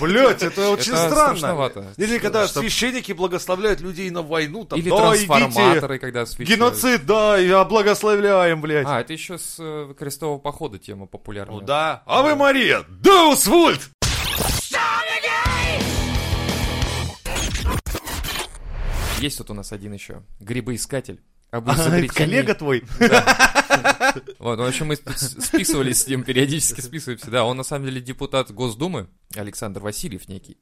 Speaker 1: Блять, это очень
Speaker 2: Это
Speaker 1: странно.
Speaker 2: страшновато.
Speaker 1: Или когда
Speaker 3: Чтоб-
Speaker 1: священники благословляют людей на войну, там,
Speaker 2: Или
Speaker 1: да, идите,
Speaker 2: трансформаторы, когда освещают.
Speaker 1: геноцид, да, я благословляем, блядь.
Speaker 2: А, это еще с э, крестового похода тема популярная.
Speaker 1: Ну да. А вы, Мария, Деус Вульт!
Speaker 2: Есть тут у нас один еще. Грибоискатель. А Об изобретении-
Speaker 1: Коллега твой?
Speaker 2: Вот, в общем, мы тут с- списывались с ним, периодически списываемся. Да, он на самом деле депутат Госдумы, Александр Васильев некий.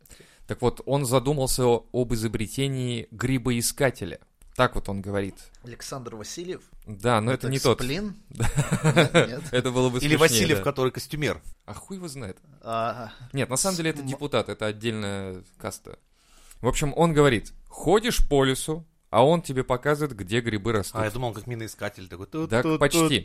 Speaker 2: Так вот, он задумался о- об изобретении грибоискателя. Так вот он говорит.
Speaker 3: Александр Васильев?
Speaker 2: Да, но это, не тот.
Speaker 3: Сплин? Нет.
Speaker 2: Это было бы
Speaker 1: Или
Speaker 2: смешнее,
Speaker 1: Васильев,
Speaker 2: да.
Speaker 1: который костюмер.
Speaker 2: А хуй его знает.
Speaker 3: А,
Speaker 2: Нет, на самом деле это
Speaker 3: М-
Speaker 2: депутат, это отдельная каста. В общем, он говорит, ходишь по лесу, а он тебе показывает, где грибы растут.
Speaker 1: А я думал, он как миноискатель такой.
Speaker 2: Да, почти.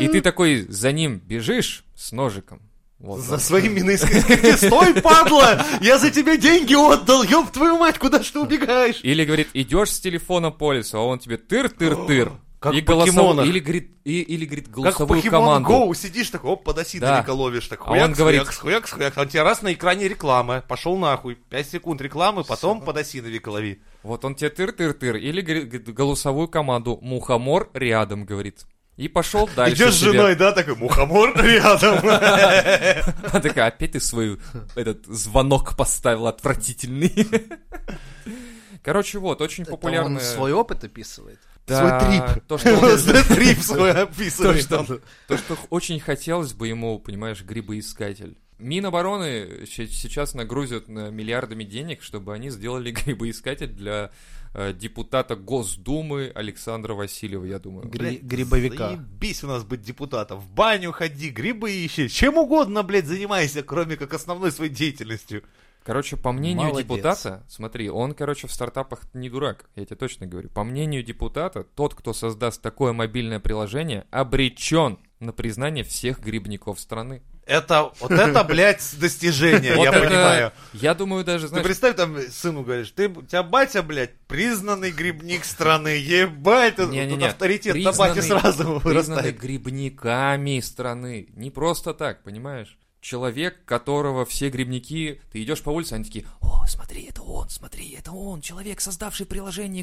Speaker 2: И ты такой за ним бежишь с ножиком. Вот,
Speaker 1: За своим миноискателем. Стой, падла! Я за тебя деньги отдал, ёб твою мать, куда ж ты убегаешь?
Speaker 2: Или говорит, идешь с телефона по лесу, а он тебе тыр-тыр-тыр.
Speaker 1: Как
Speaker 2: и
Speaker 1: в покемонах.
Speaker 2: Или говорит, и, или говорит
Speaker 1: Как в
Speaker 2: голосовую
Speaker 1: Pokemon
Speaker 2: команду.
Speaker 1: Go сидишь такой, оп, подосида
Speaker 2: Да.
Speaker 1: да. ловишь, так
Speaker 2: А
Speaker 1: хуякс,
Speaker 2: он говорит-
Speaker 1: хуякс, хуякс, хуякс. А у тебя раз на экране реклама, пошел нахуй, 5 секунд рекламы, потом подосиновик лови.
Speaker 2: Вот он тебе тыр-тыр-тыр. Или говорит, говорит, голосовую команду. Мухомор рядом, говорит. И пошел дальше.
Speaker 1: Идешь с
Speaker 2: себе.
Speaker 1: женой, да, такой, мухомор рядом.
Speaker 2: Она такая, опять ты свой этот звонок поставил отвратительный. Короче, вот, очень
Speaker 3: это он
Speaker 2: популярная...
Speaker 3: свой опыт описывает.
Speaker 2: Да,
Speaker 1: свой трип.
Speaker 2: То, что он-
Speaker 1: Трип свой описываешь там.
Speaker 2: То, что х- очень хотелось бы ему, понимаешь, грибоискатель. Минобороны щ- сейчас нагрузят на миллиардами денег, чтобы они сделали грибоискатель для э, депутата Госдумы Александра Васильева, я думаю.
Speaker 3: Гри- грибовика.
Speaker 1: Заебись у нас быть депутатом. В баню ходи, грибы ищи. Чем угодно, блядь, занимайся, кроме как основной своей деятельностью.
Speaker 2: Короче, по мнению
Speaker 3: Молодец.
Speaker 2: депутата, смотри, он, короче, в стартапах не дурак, я тебе точно говорю. По мнению депутата, тот, кто создаст такое мобильное приложение, обречен на признание всех грибников страны.
Speaker 1: Это, вот это, блядь, достижение,
Speaker 2: Вот
Speaker 1: я
Speaker 2: это,
Speaker 1: понимаю.
Speaker 2: Я думаю, даже,
Speaker 1: Ты
Speaker 2: знаешь,
Speaker 1: представь, там сыну говоришь, ты, у тебя батя, блядь, признанный грибник страны, ебать, тут
Speaker 2: Не-не-не.
Speaker 1: авторитет на
Speaker 2: Признанный-
Speaker 1: бате сразу
Speaker 2: признаны
Speaker 1: вырастает.
Speaker 2: грибниками страны. Не просто так, понимаешь? Человек, которого все грибники... Ты идешь по улице, они такие, о, смотри, это он, смотри, это он, человек, создавший приложение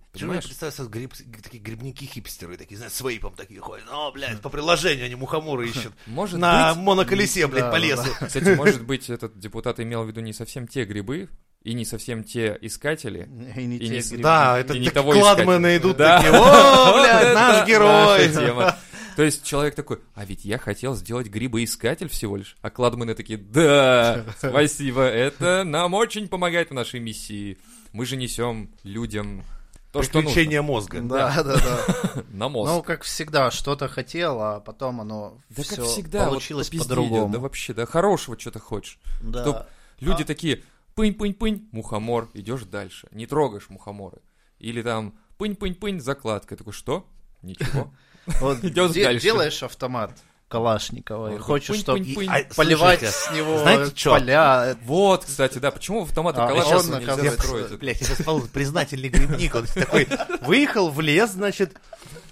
Speaker 1: Чего я
Speaker 2: Понимаешь?
Speaker 1: представляю, сейчас гриб, такие грибники-хипстеры, такие, знаешь, с вейпом такие ходят, о, блядь, по приложению они мухоморы ищут.
Speaker 2: Может
Speaker 1: На
Speaker 2: быть...
Speaker 1: моноколесе, блядь,
Speaker 3: Да,
Speaker 1: по
Speaker 3: да,
Speaker 1: лесу.
Speaker 2: Кстати, может быть, этот депутат имел в виду не совсем те грибы и не совсем те искатели.
Speaker 3: И не
Speaker 2: И
Speaker 3: те
Speaker 2: не-
Speaker 3: грибы.
Speaker 1: Да, это
Speaker 2: И не
Speaker 1: такие
Speaker 2: того
Speaker 1: кладмены
Speaker 2: искать.
Speaker 1: идут
Speaker 2: Да.
Speaker 1: такие, о,
Speaker 2: Это
Speaker 1: блядь, наш
Speaker 2: наша
Speaker 1: герой.
Speaker 2: тема. То есть человек такой, а ведь я хотел сделать грибоискатель всего лишь. А кладмены такие, да, спасибо, это нам очень помогает в нашей миссии. Мы же несем людям то, что нужно.
Speaker 1: Приключения мозга.
Speaker 3: Да, да, да.
Speaker 2: На
Speaker 3: Ну,
Speaker 2: мозг.
Speaker 3: как всегда, что-то хотел, а потом оно
Speaker 2: да
Speaker 3: всё
Speaker 2: как всегда, вот
Speaker 3: получилось
Speaker 2: попиздели, Да
Speaker 3: по-другому.
Speaker 2: вообще, да, хорошего что-то хочешь.
Speaker 3: Да.
Speaker 2: чтоб Люди
Speaker 3: А.
Speaker 2: такие, пынь-пынь-пынь, мухомор, идешь дальше, не трогаешь мухоморы. Или там, пынь-пынь-пынь, закладка. Я такой, что? Ничего.
Speaker 3: Вот
Speaker 2: Идёт
Speaker 3: де-
Speaker 2: дальше.
Speaker 3: Делаешь автомат Калашникова и
Speaker 2: Он
Speaker 3: хочешь,
Speaker 2: такой,
Speaker 3: чтобы
Speaker 2: пынь-пынь-пынь.
Speaker 1: А,
Speaker 3: поливать
Speaker 1: слушайте,
Speaker 3: с него
Speaker 1: знаете чё?
Speaker 3: поля.
Speaker 2: Вот, кстати, да, почему автоматы
Speaker 3: А,
Speaker 2: Калашникова
Speaker 3: он,
Speaker 2: нельзя
Speaker 3: оказывается,
Speaker 2: строить?
Speaker 1: Блять, это стал признательный грибник. Он такой выехал в лес, значит,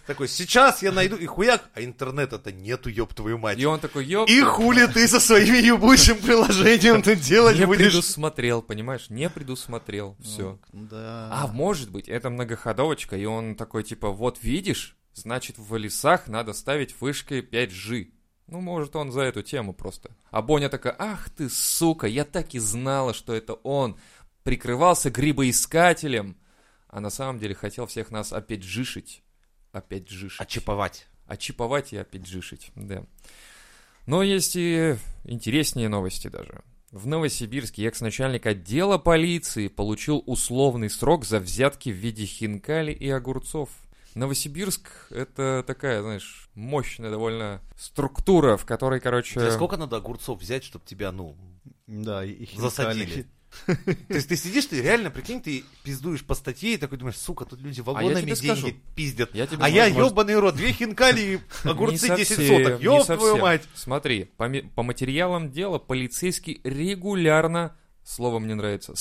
Speaker 1: такой, сейчас я найду и хуяк, а интернета-то нету, ёб твою мать.
Speaker 2: И он такой, ёп,
Speaker 1: И хули ты со своими ебучим приложением ты делать
Speaker 2: не
Speaker 1: будешь?
Speaker 2: предусмотрел, понимаешь, не предусмотрел, все.
Speaker 3: Ну, Да.
Speaker 2: А может быть, это многоходовочка, и он такой, типа, вот видишь, Значит, в лесах надо ставить вышкой 5G. Ну, может, он за эту тему просто. А Боня такая, ах ты, сука, я так и знала, что это он. Прикрывался грибоискателем. А на самом деле хотел всех нас опять жишить. Опять жишить.
Speaker 1: А
Speaker 3: А
Speaker 1: Очеповать.
Speaker 2: Очиповать и опять жишить, да. Но есть и интереснее новости даже. В Новосибирске экс-начальник отдела полиции получил условный срок за взятки в виде хинкали и огурцов. Новосибирск — это такая, знаешь, мощная довольно структура, в которой, короче...
Speaker 1: Тебе сколько надо огурцов взять, чтобы тебя, ну,
Speaker 3: Да, и- и хинкали.
Speaker 1: засадили? То есть ты сидишь, ты реально, прикинь, ты пиздуешь по статье и такой думаешь, сука, тут люди вагонами
Speaker 2: А тебе
Speaker 1: деньги
Speaker 2: скажу.
Speaker 1: пиздят.
Speaker 2: Я тебе,
Speaker 1: а я,
Speaker 2: может,
Speaker 1: ебаный рот, две хинкали и огурцы
Speaker 2: Не
Speaker 1: 10
Speaker 2: совсем,
Speaker 1: соток.
Speaker 2: не
Speaker 1: Ёб твою
Speaker 2: совсем.
Speaker 1: мать.
Speaker 2: Смотри, по, ми- по материалам дела полицейский регулярно, слово мне нравится,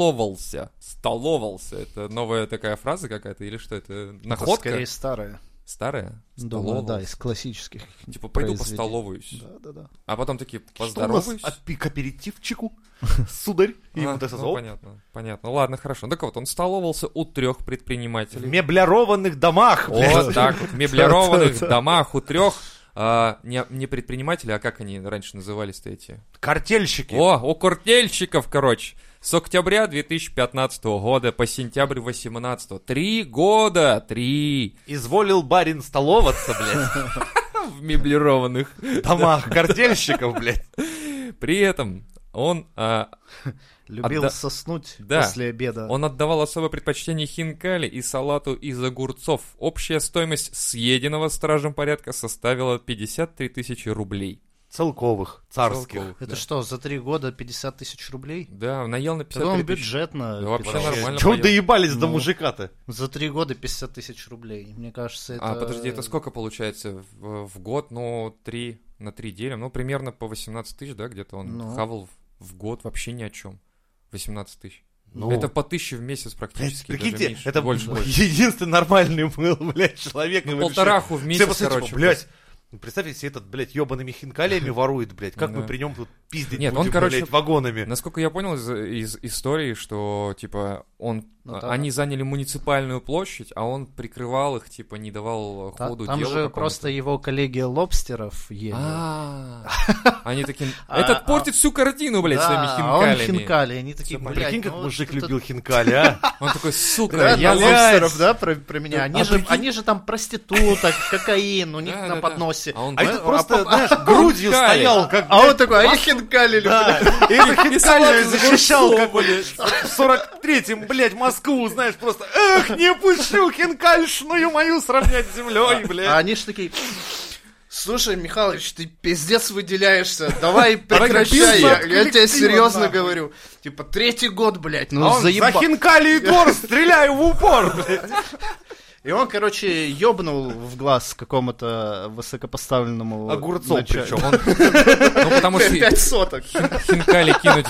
Speaker 2: столовался. Столовался. Это новая такая фраза какая-то или что? Это
Speaker 3: Это
Speaker 2: находка?
Speaker 3: Скорее старая.
Speaker 2: Старая?
Speaker 3: Думаю, да,
Speaker 2: Столовался.
Speaker 3: из классических.
Speaker 2: Типа, пойду
Speaker 3: произведений.
Speaker 2: постоловаюсь.
Speaker 3: Да, да, да.
Speaker 2: А потом такие,
Speaker 1: Что у нас
Speaker 2: поздороваюсь.
Speaker 1: от пи- к аперитивчику, сударь? И
Speaker 2: А,
Speaker 1: вот это
Speaker 2: ну,
Speaker 1: слово.
Speaker 2: понятно, понятно. Ладно, хорошо. Так вот, он столовался у трех
Speaker 1: В
Speaker 2: предпринимателей.
Speaker 1: меблярованных домах,
Speaker 2: Вот
Speaker 1: блядь.
Speaker 2: так, в меблированных
Speaker 3: Да-да-да.
Speaker 2: домах у трех не, не предпринимателей, а как они раньше назывались-то эти?
Speaker 1: Картельщики.
Speaker 2: О, у картельщиков, короче. С октября 2015 года по сентябрь 2018. Три года, три
Speaker 1: Изволил барин столоваться, блядь,
Speaker 2: в меблированных.
Speaker 1: в домах картельщиков, блядь.
Speaker 2: При этом он а,
Speaker 3: Любил
Speaker 2: Отда-
Speaker 3: соснуть
Speaker 2: Да.
Speaker 3: после обеда.
Speaker 2: Он отдавал особое предпочтение хинкали и салату из огурцов. Общая стоимость съеденного стражем порядка составила 53 тысячи рублей.
Speaker 1: Целковых, царских.
Speaker 2: Целковых,
Speaker 3: Это
Speaker 2: да.
Speaker 3: что, за три года 50 тысяч рублей?
Speaker 2: Да, наел на
Speaker 3: Да он
Speaker 2: 53 тысячи.
Speaker 3: бюджетно.
Speaker 2: Да вообще
Speaker 3: питался.
Speaker 2: нормально.
Speaker 1: Чего
Speaker 2: поел.
Speaker 1: доебались до
Speaker 3: Ну.
Speaker 1: мужика-то?
Speaker 3: За три года 50 тысяч рублей. Мне кажется, это...
Speaker 2: А, подожди, это сколько получается в, в год? Ну, 3 на 3 делим. Ну, примерно по 18 тысяч, да, где-то он
Speaker 3: Ну.
Speaker 2: хавал в, в год вообще ни о чем. 18 тысяч.
Speaker 1: Ну.
Speaker 2: Это по тысяче в месяц практически. даже
Speaker 1: Прикиньте,
Speaker 2: меньше,
Speaker 1: это
Speaker 2: больше. больше.
Speaker 1: единственный нормальный был, блядь, человек.
Speaker 2: Ну,
Speaker 1: его
Speaker 2: полтораху в
Speaker 1: решили.
Speaker 2: месяц,
Speaker 1: посмотрите,
Speaker 2: короче.
Speaker 1: типа, блядь, ну, представьте, если этот, блядь, ебаными хинкалями ворует, блядь, как мы
Speaker 2: Да.
Speaker 1: при нем тут пиздить
Speaker 2: Нет,
Speaker 1: будем,
Speaker 2: он, короче, ну,
Speaker 1: блядь, вагонами?
Speaker 2: Насколько я понял из, из истории, что типа он,
Speaker 3: Ну,
Speaker 2: а,
Speaker 3: да.
Speaker 2: они заняли муниципальную площадь, а он прикрывал их, типа не давал э,
Speaker 3: Та-
Speaker 2: ходу
Speaker 3: Там
Speaker 2: делу
Speaker 3: же
Speaker 2: какому-то.
Speaker 3: просто его коллегия лобстеров ели.
Speaker 2: А, они такие,
Speaker 3: А,
Speaker 2: этот
Speaker 3: а.
Speaker 2: портит всю картину, ну, блядь,
Speaker 3: Да,
Speaker 2: своими
Speaker 3: а он
Speaker 2: хинкалями.
Speaker 3: хинкали. Они такие,
Speaker 2: Всё,
Speaker 3: блядь,
Speaker 1: Прикинь, как
Speaker 3: ну
Speaker 1: мужик
Speaker 3: что-то-
Speaker 1: любил хинкали, а?
Speaker 2: Он такой, сука,
Speaker 3: Да,
Speaker 2: я
Speaker 3: на
Speaker 1: блядь.
Speaker 3: лобстеров, да, про, про меня. Они,
Speaker 2: А
Speaker 3: же,
Speaker 2: прикинь-
Speaker 3: они же там проституток, кокаин у них
Speaker 2: Да,
Speaker 3: на
Speaker 2: да, да.
Speaker 3: подносе.
Speaker 2: А он-
Speaker 1: А
Speaker 2: Ну,
Speaker 1: этот
Speaker 3: а
Speaker 1: просто,
Speaker 3: по-
Speaker 1: знаешь, грудью
Speaker 2: хинкали.
Speaker 1: стоял, как,
Speaker 3: А он такой, а я хинкали люблю.
Speaker 1: да, и это
Speaker 2: И салат
Speaker 1: хинкали
Speaker 2: из
Speaker 1: защищал,
Speaker 2: огурцов,
Speaker 1: как, блядь, в 43-м, блядь, Москву, знаешь, просто, эх, не пущу хинкальшную мою сравнять с землей,
Speaker 3: А
Speaker 1: блядь.
Speaker 3: они же такие... Слушай, Михалыч, ты пиздец выделяешься, давай
Speaker 1: Давай
Speaker 3: прекращай,
Speaker 1: пиво
Speaker 3: я, я тебе
Speaker 1: коллектива,
Speaker 3: серьезно
Speaker 1: нахуй.
Speaker 3: говорю. Типа, третий год, блядь,
Speaker 1: А
Speaker 3: ну
Speaker 1: он за
Speaker 3: заебал.
Speaker 1: хинкали и двор стреляю в упор, блядь.
Speaker 3: И он, короче, ёбнул в глаз какому-то высокопоставленному...
Speaker 1: Огурцом
Speaker 3: началь-
Speaker 1: причем.
Speaker 2: Ну, потому что
Speaker 3: Пять соток.
Speaker 2: хинкали кинуть,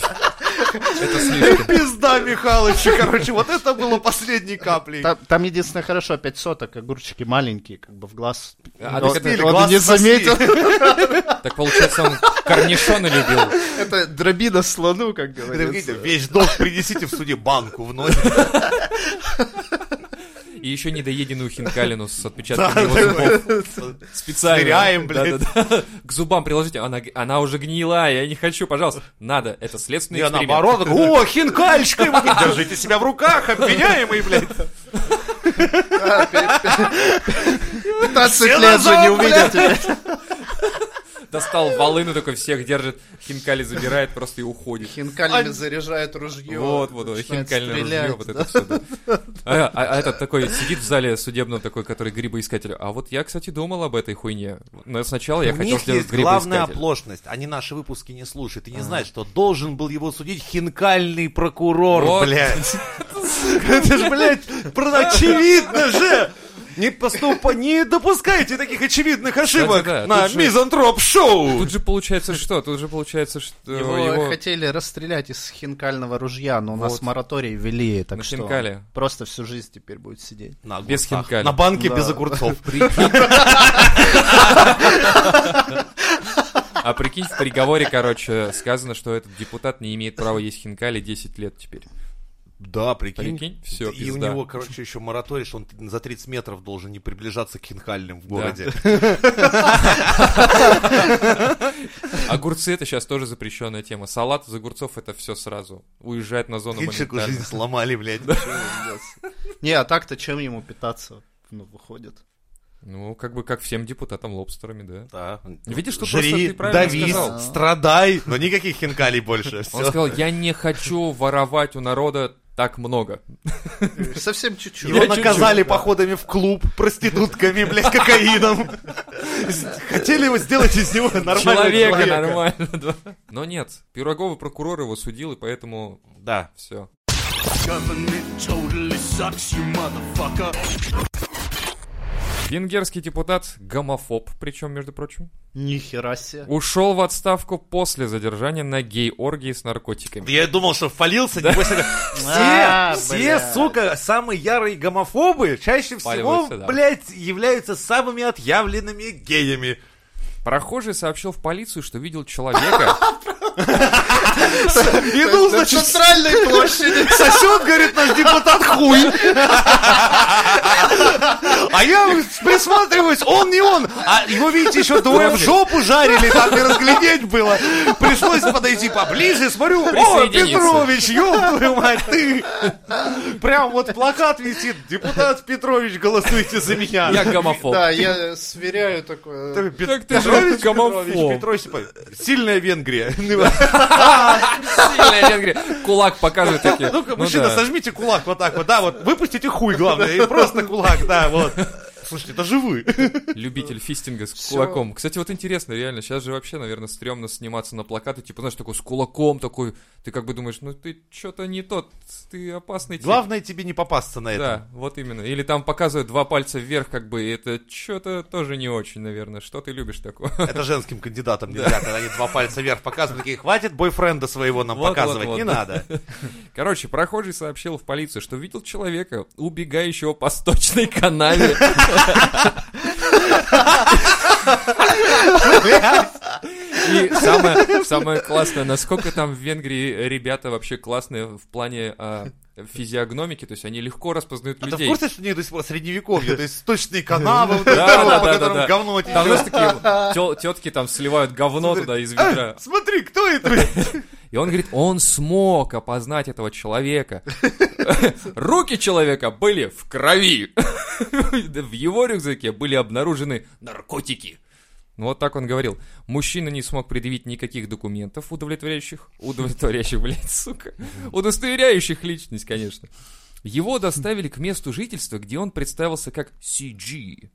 Speaker 2: это слишком.
Speaker 1: Пизда Михалыча, короче, вот это было последней каплей.
Speaker 3: Там, там единственное хорошо, пять соток, огурчики маленькие, как бы в глаз.
Speaker 2: А,
Speaker 3: Он-
Speaker 2: так это-
Speaker 3: он
Speaker 1: глаз
Speaker 3: не
Speaker 1: спасли.
Speaker 3: заметил.
Speaker 2: Так получается, он корнишоны любил.
Speaker 3: Это дробина слону, как
Speaker 1: Видите,
Speaker 3: говорится.
Speaker 1: Весь долг принесите в суде банку вносите.
Speaker 2: И еще недоеденную хинкалину с
Speaker 1: Да,
Speaker 2: отпечатками его зубов. Специально.
Speaker 1: Ныряем, блин.
Speaker 2: Да-да-да. К зубам приложите. Она, она уже гнила, я не хочу, пожалуйста. Надо, это следственный
Speaker 1: Я
Speaker 2: эксперимент.
Speaker 1: наоборот, о, хинкальщик, ему говорит, держите себя в руках, обвиняемый, блядь.
Speaker 3: 15
Speaker 1: Все
Speaker 3: лет же не
Speaker 1: назад,
Speaker 3: увидят тебя.
Speaker 2: Достал волыну, такой всех держит, хинкали забирает просто и уходит.
Speaker 3: Хинкалями
Speaker 1: А-
Speaker 3: заряжает ружье.
Speaker 2: Вот, вот, вот,
Speaker 3: начинает
Speaker 2: хинкальное
Speaker 3: стрелять,
Speaker 2: ружье, вот
Speaker 3: да.
Speaker 2: это все. А, а- а этот такой сидит в зале судебном, такой, который грибоискатель. А вот я, кстати, думал об этой хуйне. Но сначала я
Speaker 1: У
Speaker 2: хотел
Speaker 1: них
Speaker 2: сделать
Speaker 1: есть главная
Speaker 2: грибоискатель.
Speaker 1: оплошность. Они наши выпуски не слушают и не знают, что должен был его судить хинкальный прокурор,
Speaker 2: Вот.
Speaker 1: блядь. Это же, блядь, про- очевидно же! Не поступа, не допускайте таких очевидных ошибок
Speaker 2: да,
Speaker 1: на
Speaker 2: тут же-
Speaker 1: мизантроп-шоу!
Speaker 2: Тут же получается что? Тут же получается, что
Speaker 3: Его,
Speaker 2: его...
Speaker 3: хотели расстрелять из хинкального ружья, но у
Speaker 2: Вот.
Speaker 3: нас мораторий ввели, так
Speaker 2: На
Speaker 3: что
Speaker 2: хинкале.
Speaker 3: просто всю жизнь теперь будет сидеть.
Speaker 1: На
Speaker 2: Без
Speaker 1: огурцах.
Speaker 2: хинкали.
Speaker 1: На банке
Speaker 3: Да.
Speaker 1: без огурцов.
Speaker 2: А прикинь, в приговоре, короче, сказано, что этот депутат не имеет права есть хинкали 10 лет теперь.
Speaker 1: Да, прикинь.
Speaker 2: Прикинь, все,
Speaker 1: и у него, короче, еще мораторий, что он за 30 метров должен не приближаться к хинкальным в городе.
Speaker 2: Огурцы это сейчас тоже запрещенная тема. Салат из огурцов это все сразу. Уезжать на зону
Speaker 1: Кинчику
Speaker 2: моментально.
Speaker 1: жизнь сломали, блядь.
Speaker 3: Не, а так-то чем ему питаться? Ну, выходит.
Speaker 2: Ну, как бы как всем депутатам лобстерами, да.
Speaker 1: Да.
Speaker 2: Видишь, что просто
Speaker 1: Жри,
Speaker 2: ты правильно
Speaker 1: дави,
Speaker 2: сказал.
Speaker 1: страдай, но никаких хинкалей больше.
Speaker 2: Он
Speaker 1: Все.
Speaker 2: сказал, я не хочу воровать у народа так много.
Speaker 3: Совсем чуть-чуть.
Speaker 1: Его
Speaker 2: Я чуть-чуть,
Speaker 1: наказали
Speaker 2: да.
Speaker 1: походами в клуб, проститутками, блядь, кокаином. Хотели его сделать из него нормального
Speaker 2: человека,
Speaker 1: человека.
Speaker 2: нормально, да. Но нет, Пирогова прокурор его судил, и поэтому
Speaker 1: Да.
Speaker 2: все. Венгерский депутат, гомофоб, причем, между прочим,
Speaker 3: Нихера себе.
Speaker 2: ушел в отставку после задержания на гей-оргии с наркотиками.
Speaker 1: Я думал, что фалился, небось, это-
Speaker 3: А,
Speaker 1: все, все,
Speaker 3: блядь.
Speaker 1: сука, самые ярые гомофобы чаще всего,
Speaker 2: Впаливаются, да.
Speaker 1: блядь, являются самыми отъявленными геями.
Speaker 2: Прохожий сообщил в полицию, что видел человека,
Speaker 1: Иду,
Speaker 3: На
Speaker 1: значит,
Speaker 3: центральной площади.
Speaker 1: сосет, говорит, наш депутат хуй. А я присматриваюсь, он не он. А его, видите, еще двое в жопу жарили, там не разглядеть было. Пришлось подойти поближе, смотрю, о,
Speaker 2: Присоединиться.
Speaker 1: Петрович, ёб твою мать, ты. Прям вот плакат висит, депутат Петрович, голосуйте за меня.
Speaker 2: я гомофоб.
Speaker 3: Да, я сверяю такое.
Speaker 1: Пет-
Speaker 2: Так ты же
Speaker 1: Петрович,
Speaker 2: гомофоб.
Speaker 1: Петрович, Петрович, типа, сильная Венгрия.
Speaker 2: Сильно, я говорю, Кулак показывает такие.
Speaker 1: Ну-ка,
Speaker 2: «Ну
Speaker 1: мужчина,
Speaker 2: да».
Speaker 1: сожмите кулак вот так вот, да, вот, выпустите хуй, главное, и просто кулак, да, вот. Слушайте, это же вы.
Speaker 2: Любитель фистинга с
Speaker 3: Всё.
Speaker 2: кулаком. Кстати, вот интересно, реально, сейчас же вообще, наверное, стрёмно сниматься на плакаты, типа, знаешь, такой с кулаком такой, ты как бы думаешь, ну ты чё то не тот, ты опасный тип.
Speaker 1: Главное тебе не попасться на это.
Speaker 2: Да, вот именно. Или там показывают два пальца вверх, как бы, и это чё то тоже не очень, наверное. Что ты любишь такое?
Speaker 1: Это женским кандидатам нельзя, когда они два пальца вверх показывают, такие, хватит бойфренда своего нам
Speaker 2: Вот,
Speaker 1: показывать,
Speaker 2: вот,
Speaker 1: не
Speaker 2: вот.
Speaker 1: надо.
Speaker 2: Короче, прохожий сообщил в полицию, что видел человека, убегающего по сточной канаве. И самое, самое классное, насколько там в Венгрии ребята вообще классные в плане а, физиогномики, то есть они легко распознают
Speaker 1: А ты в
Speaker 2: людей.
Speaker 1: курсе, что у них до сих пор средневековье, то есть сточные канавы, вот эта
Speaker 2: Да,
Speaker 1: дорога,
Speaker 2: да,
Speaker 1: по
Speaker 2: да,
Speaker 1: которым
Speaker 2: да, да.
Speaker 1: говно
Speaker 2: Там, ну,
Speaker 1: течет.
Speaker 2: знаешь, такие тетки там сливают говно туда из
Speaker 1: «Э,
Speaker 2: ведра.
Speaker 1: Смотри, кто это?
Speaker 2: И он говорит, он смог опознать этого человека. Руки человека были в крови. В его рюкзаке были обнаружены наркотики. Ну, вот так он говорил. Мужчина не смог предъявить никаких документов, удовлетворяющих, удовлетворяющих, блядь, сука, удостоверяющих личность, конечно. Его доставили к месту жительства, где он представился как CG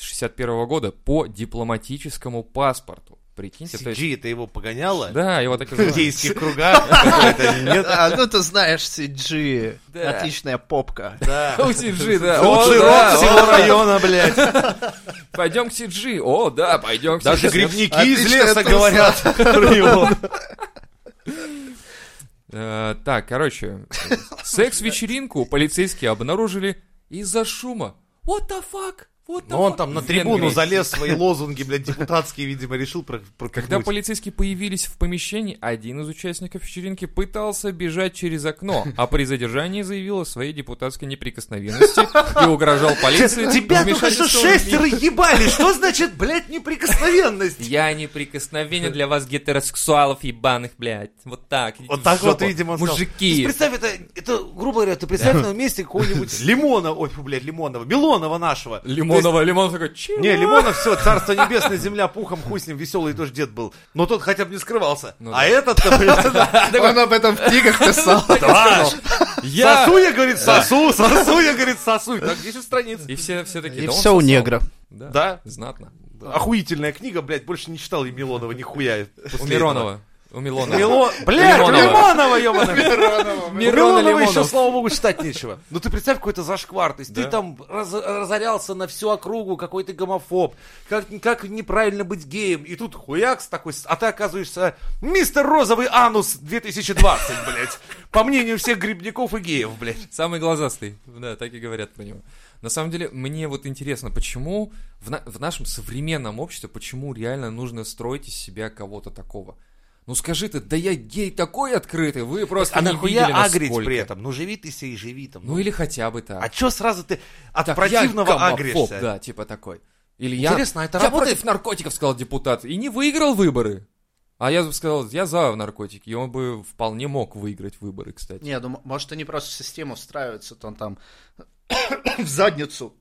Speaker 2: 61 года по дипломатическому паспорту. Прикиньте, то есть...
Speaker 1: CG, это его погоняло?
Speaker 2: Да, его так
Speaker 1: В
Speaker 2: и называют.
Speaker 1: гейских кругах какой-то, нет?
Speaker 3: А, ну ты знаешь, CG.
Speaker 2: Да.
Speaker 3: Отличная попка.
Speaker 1: Да.
Speaker 2: У CG, да. О,
Speaker 1: Лучший
Speaker 2: да,
Speaker 1: рок
Speaker 2: о,
Speaker 1: всего
Speaker 2: да.
Speaker 1: района, блядь.
Speaker 2: Пойдем к CG. О, да, пойдем к
Speaker 1: Даже
Speaker 2: CG.
Speaker 1: грибники из
Speaker 3: Отличная
Speaker 1: леса
Speaker 3: труса.
Speaker 1: говорят про него.
Speaker 2: Э, Так, короче. Секс-вечеринку полицейские обнаружили из-за шума. What the fuck? What the
Speaker 1: Но Ну, он
Speaker 2: fuck?
Speaker 1: там на
Speaker 2: В
Speaker 1: трибуну
Speaker 2: Венгрии.
Speaker 1: залез, свои лозунги, блядь, депутатские, видимо, решил про-
Speaker 2: Когда
Speaker 1: пропихнуть.
Speaker 2: полицейские появились в помещении, один из участников вечеринки пытался бежать через окно, а при задержании заявил о своей депутатской неприкосновенности и угрожал полиции.
Speaker 1: Тебя только что
Speaker 2: вмешательством в
Speaker 1: шестеро ебали, что значит, блядь, неприкосновенность?
Speaker 2: Я неприкосновенен для вас гетеросексуалов ебаных, блядь. Вот так. идите
Speaker 1: Вот
Speaker 2: в
Speaker 1: так вот,
Speaker 2: жопу,
Speaker 1: видимо, он сказал.
Speaker 2: Мужики.
Speaker 1: Представь, это, это, грубо говоря, ты представь на месте какого-нибудь Лимона, ой, фу, блядь, Лимонова, Милонова нашего.
Speaker 2: Лимонова, Лимонов такой, чего?
Speaker 1: Не, Лимонов, все, царство небесное, земля пухом, хуй с ним, веселый тоже дед был. Но тот хотя бы не скрывался.
Speaker 2: Ну
Speaker 1: а этот-то, блядь,
Speaker 2: А
Speaker 3: Он об этом в книгах писал.
Speaker 1: да,
Speaker 2: Я...
Speaker 1: сосу, я, говорит, сосу, сосу, я, говорит, сосу. Так, 10 страниц.
Speaker 2: И все, все такие,
Speaker 3: И
Speaker 2: да он
Speaker 3: все
Speaker 2: сосал».
Speaker 3: у негра.
Speaker 2: Да.
Speaker 1: Да.
Speaker 2: Знатно.
Speaker 1: Охуительная книга, блядь, больше не читал и Милонова нихуя.
Speaker 2: У
Speaker 1: после этого.
Speaker 2: Миронова. У Милонова.
Speaker 1: Мило... Блядь,
Speaker 2: Лимонова.
Speaker 1: Лимонова, ёбаная.
Speaker 2: Мирона
Speaker 1: Миронова еще,
Speaker 2: Лимонов.
Speaker 1: слава богу, читать нечего. Ну ты представь, какой то зашквар. То есть ты
Speaker 2: Да.
Speaker 1: там раз- разорялся на всю округу, какой ты гомофоб, как, как неправильно быть геем. И тут хуякс такой, а ты оказываешься мистер Розовый Анус 2020, блядь. По мнению всех грибников и геев, блядь.
Speaker 2: Самый глазастый. Да, так и говорят про него. На самом деле, мне вот интересно, почему в, на- в нашем современном обществе, почему реально нужно строить из себя кого-то такого? Ну скажи ты, да я гей такой открытый, вы просто
Speaker 1: А
Speaker 2: не
Speaker 1: нахуя
Speaker 2: видели,
Speaker 1: агрить
Speaker 2: насколько.
Speaker 1: при этом? Ну живи ты себе и живи там.
Speaker 2: Ну или хотя бы так.
Speaker 1: А чё сразу ты от
Speaker 2: Так, я
Speaker 1: противного
Speaker 2: гомофоб,
Speaker 1: агришься?
Speaker 2: Да, типа такой. Или я...
Speaker 1: Интересно, а это
Speaker 2: я
Speaker 1: работает?
Speaker 2: против наркотиков, сказал депутат, и не выиграл выборы. А я бы сказал, я за наркотики, и он бы вполне мог выиграть выборы, кстати.
Speaker 3: Не, ну, может, они просто в систему встраиваются, то он там в задницу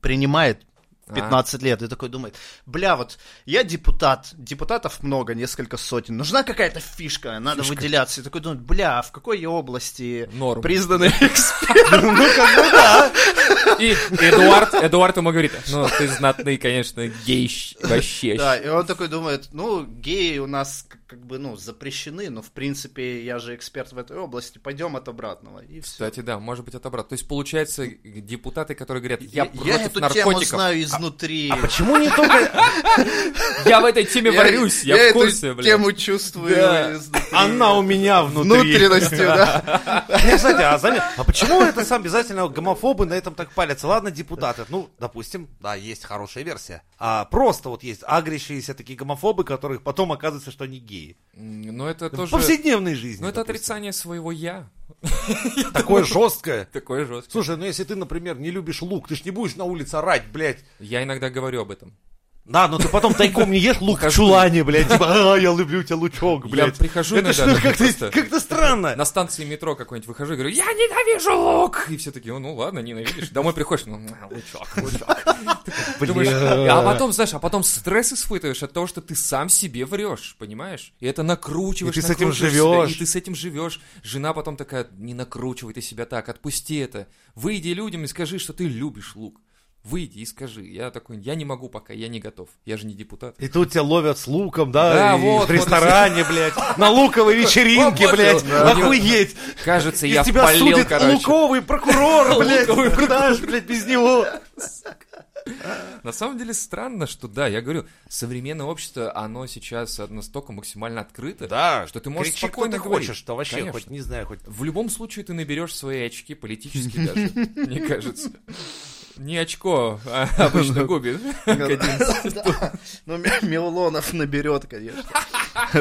Speaker 3: принимает
Speaker 2: А.
Speaker 3: 15 лет и такой думает, бля, вот я депутат, депутатов много, несколько сотен, нужна какая-то фишка, надо
Speaker 2: Фишка.
Speaker 3: выделяться. И такой думает, бля, а в какой я области Ну,
Speaker 2: Норм.
Speaker 3: признаны эксперты?
Speaker 2: И Эдуард, Эдуард ему говорит, ну ты знатный, конечно, гейщ, вообще.
Speaker 3: Да, и он такой думает, ну, геи у нас к- как бы, ну, запрещены, но, в принципе, я же эксперт в этой области, пойдем от обратного. И всё.
Speaker 2: Кстати, да, может быть, это обратно. То есть, получается, депутаты, которые говорят, я,
Speaker 3: Я,
Speaker 2: против
Speaker 3: эту тему
Speaker 2: наркотиков,
Speaker 3: знаю изнутри.
Speaker 1: А почему не только...
Speaker 2: я в этой теме варюсь, я, в
Speaker 3: эту
Speaker 2: курсе, блин.
Speaker 3: тему чувствую
Speaker 1: Да.
Speaker 3: изнутри.
Speaker 1: Она у меня внутри.
Speaker 3: Внутренностью, да.
Speaker 1: Не, кстати, а, заметь, а почему это сам обязательно гомофобы на этом так палятся? Ладно, депутаты. Ну, допустим, да, есть хорошая версия. А просто вот есть агрящиеся такие гомофобы, которых потом оказывается, что они геи.
Speaker 2: М, Но это
Speaker 1: В
Speaker 2: тоже...
Speaker 1: повседневной жизни.
Speaker 2: Ну
Speaker 1: допустим.
Speaker 2: это отрицание своего я.
Speaker 1: Такое жесткое.
Speaker 2: Такое жесткое.
Speaker 1: Слушай, ну если ты, например, не любишь лук, ты ж не будешь на улице орать, блядь.
Speaker 2: Я иногда говорю об этом.
Speaker 1: Да, но ты потом тайком не ешь лук в чулане, блядь. Типа, а, я люблю тебя, лучок,
Speaker 2: Я
Speaker 1: блядь.
Speaker 2: прихожу
Speaker 1: Это
Speaker 2: иногда
Speaker 1: что,
Speaker 2: ну,
Speaker 1: как-то
Speaker 2: просто
Speaker 1: как-то странно.
Speaker 2: на станции метро какой-нибудь выхожу и говорю, я ненавижу лук! И все такие, «О, ну ладно, ненавидишь. Домой приходишь, ну, м, лучок, лучок. Думаешь, а потом, знаешь, а потом стресс испытываешь от того, что ты сам себе врешь, понимаешь? И это накручиваешь,
Speaker 1: И ты с этим
Speaker 2: накручиваешь
Speaker 1: живешь.
Speaker 2: себя, И ты с этим живешь. Жена потом такая, не накручивай ты себя так, отпусти это. Выйди людям и скажи, что ты любишь лук. Выйди и скажи. Я такой, я не могу пока, я не готов. Я же не депутат.
Speaker 1: И тут тебя ловят с луком,
Speaker 2: Да,
Speaker 1: да, и
Speaker 2: вот,
Speaker 1: в ресторане, блядь, на луковой вечеринке,
Speaker 2: Вот, вот,
Speaker 1: блядь,
Speaker 2: да.
Speaker 1: охуеть.
Speaker 2: Кажется,
Speaker 1: И
Speaker 2: я
Speaker 1: тебя
Speaker 2: впалил,
Speaker 1: судит
Speaker 2: короче.
Speaker 1: луковый прокурор, блядь,
Speaker 2: Луковый
Speaker 1: куда ж, блядь, без него.
Speaker 2: На самом деле странно, что да, я говорю, современное общество, оно сейчас настолько максимально открыто,
Speaker 1: Да,
Speaker 2: что ты можешь
Speaker 1: кричи, кто
Speaker 2: спокойно
Speaker 1: ты
Speaker 2: говорить.
Speaker 1: хочешь, что вообще,
Speaker 2: Конечно.
Speaker 1: хоть, не знаю, хоть...
Speaker 2: В любом случае ты наберешь свои очки, политические даже, мне кажется. Не очко а
Speaker 1: Ну
Speaker 2: обычно губит.
Speaker 3: Да. Ну, Ми- Милонов наберет, конечно.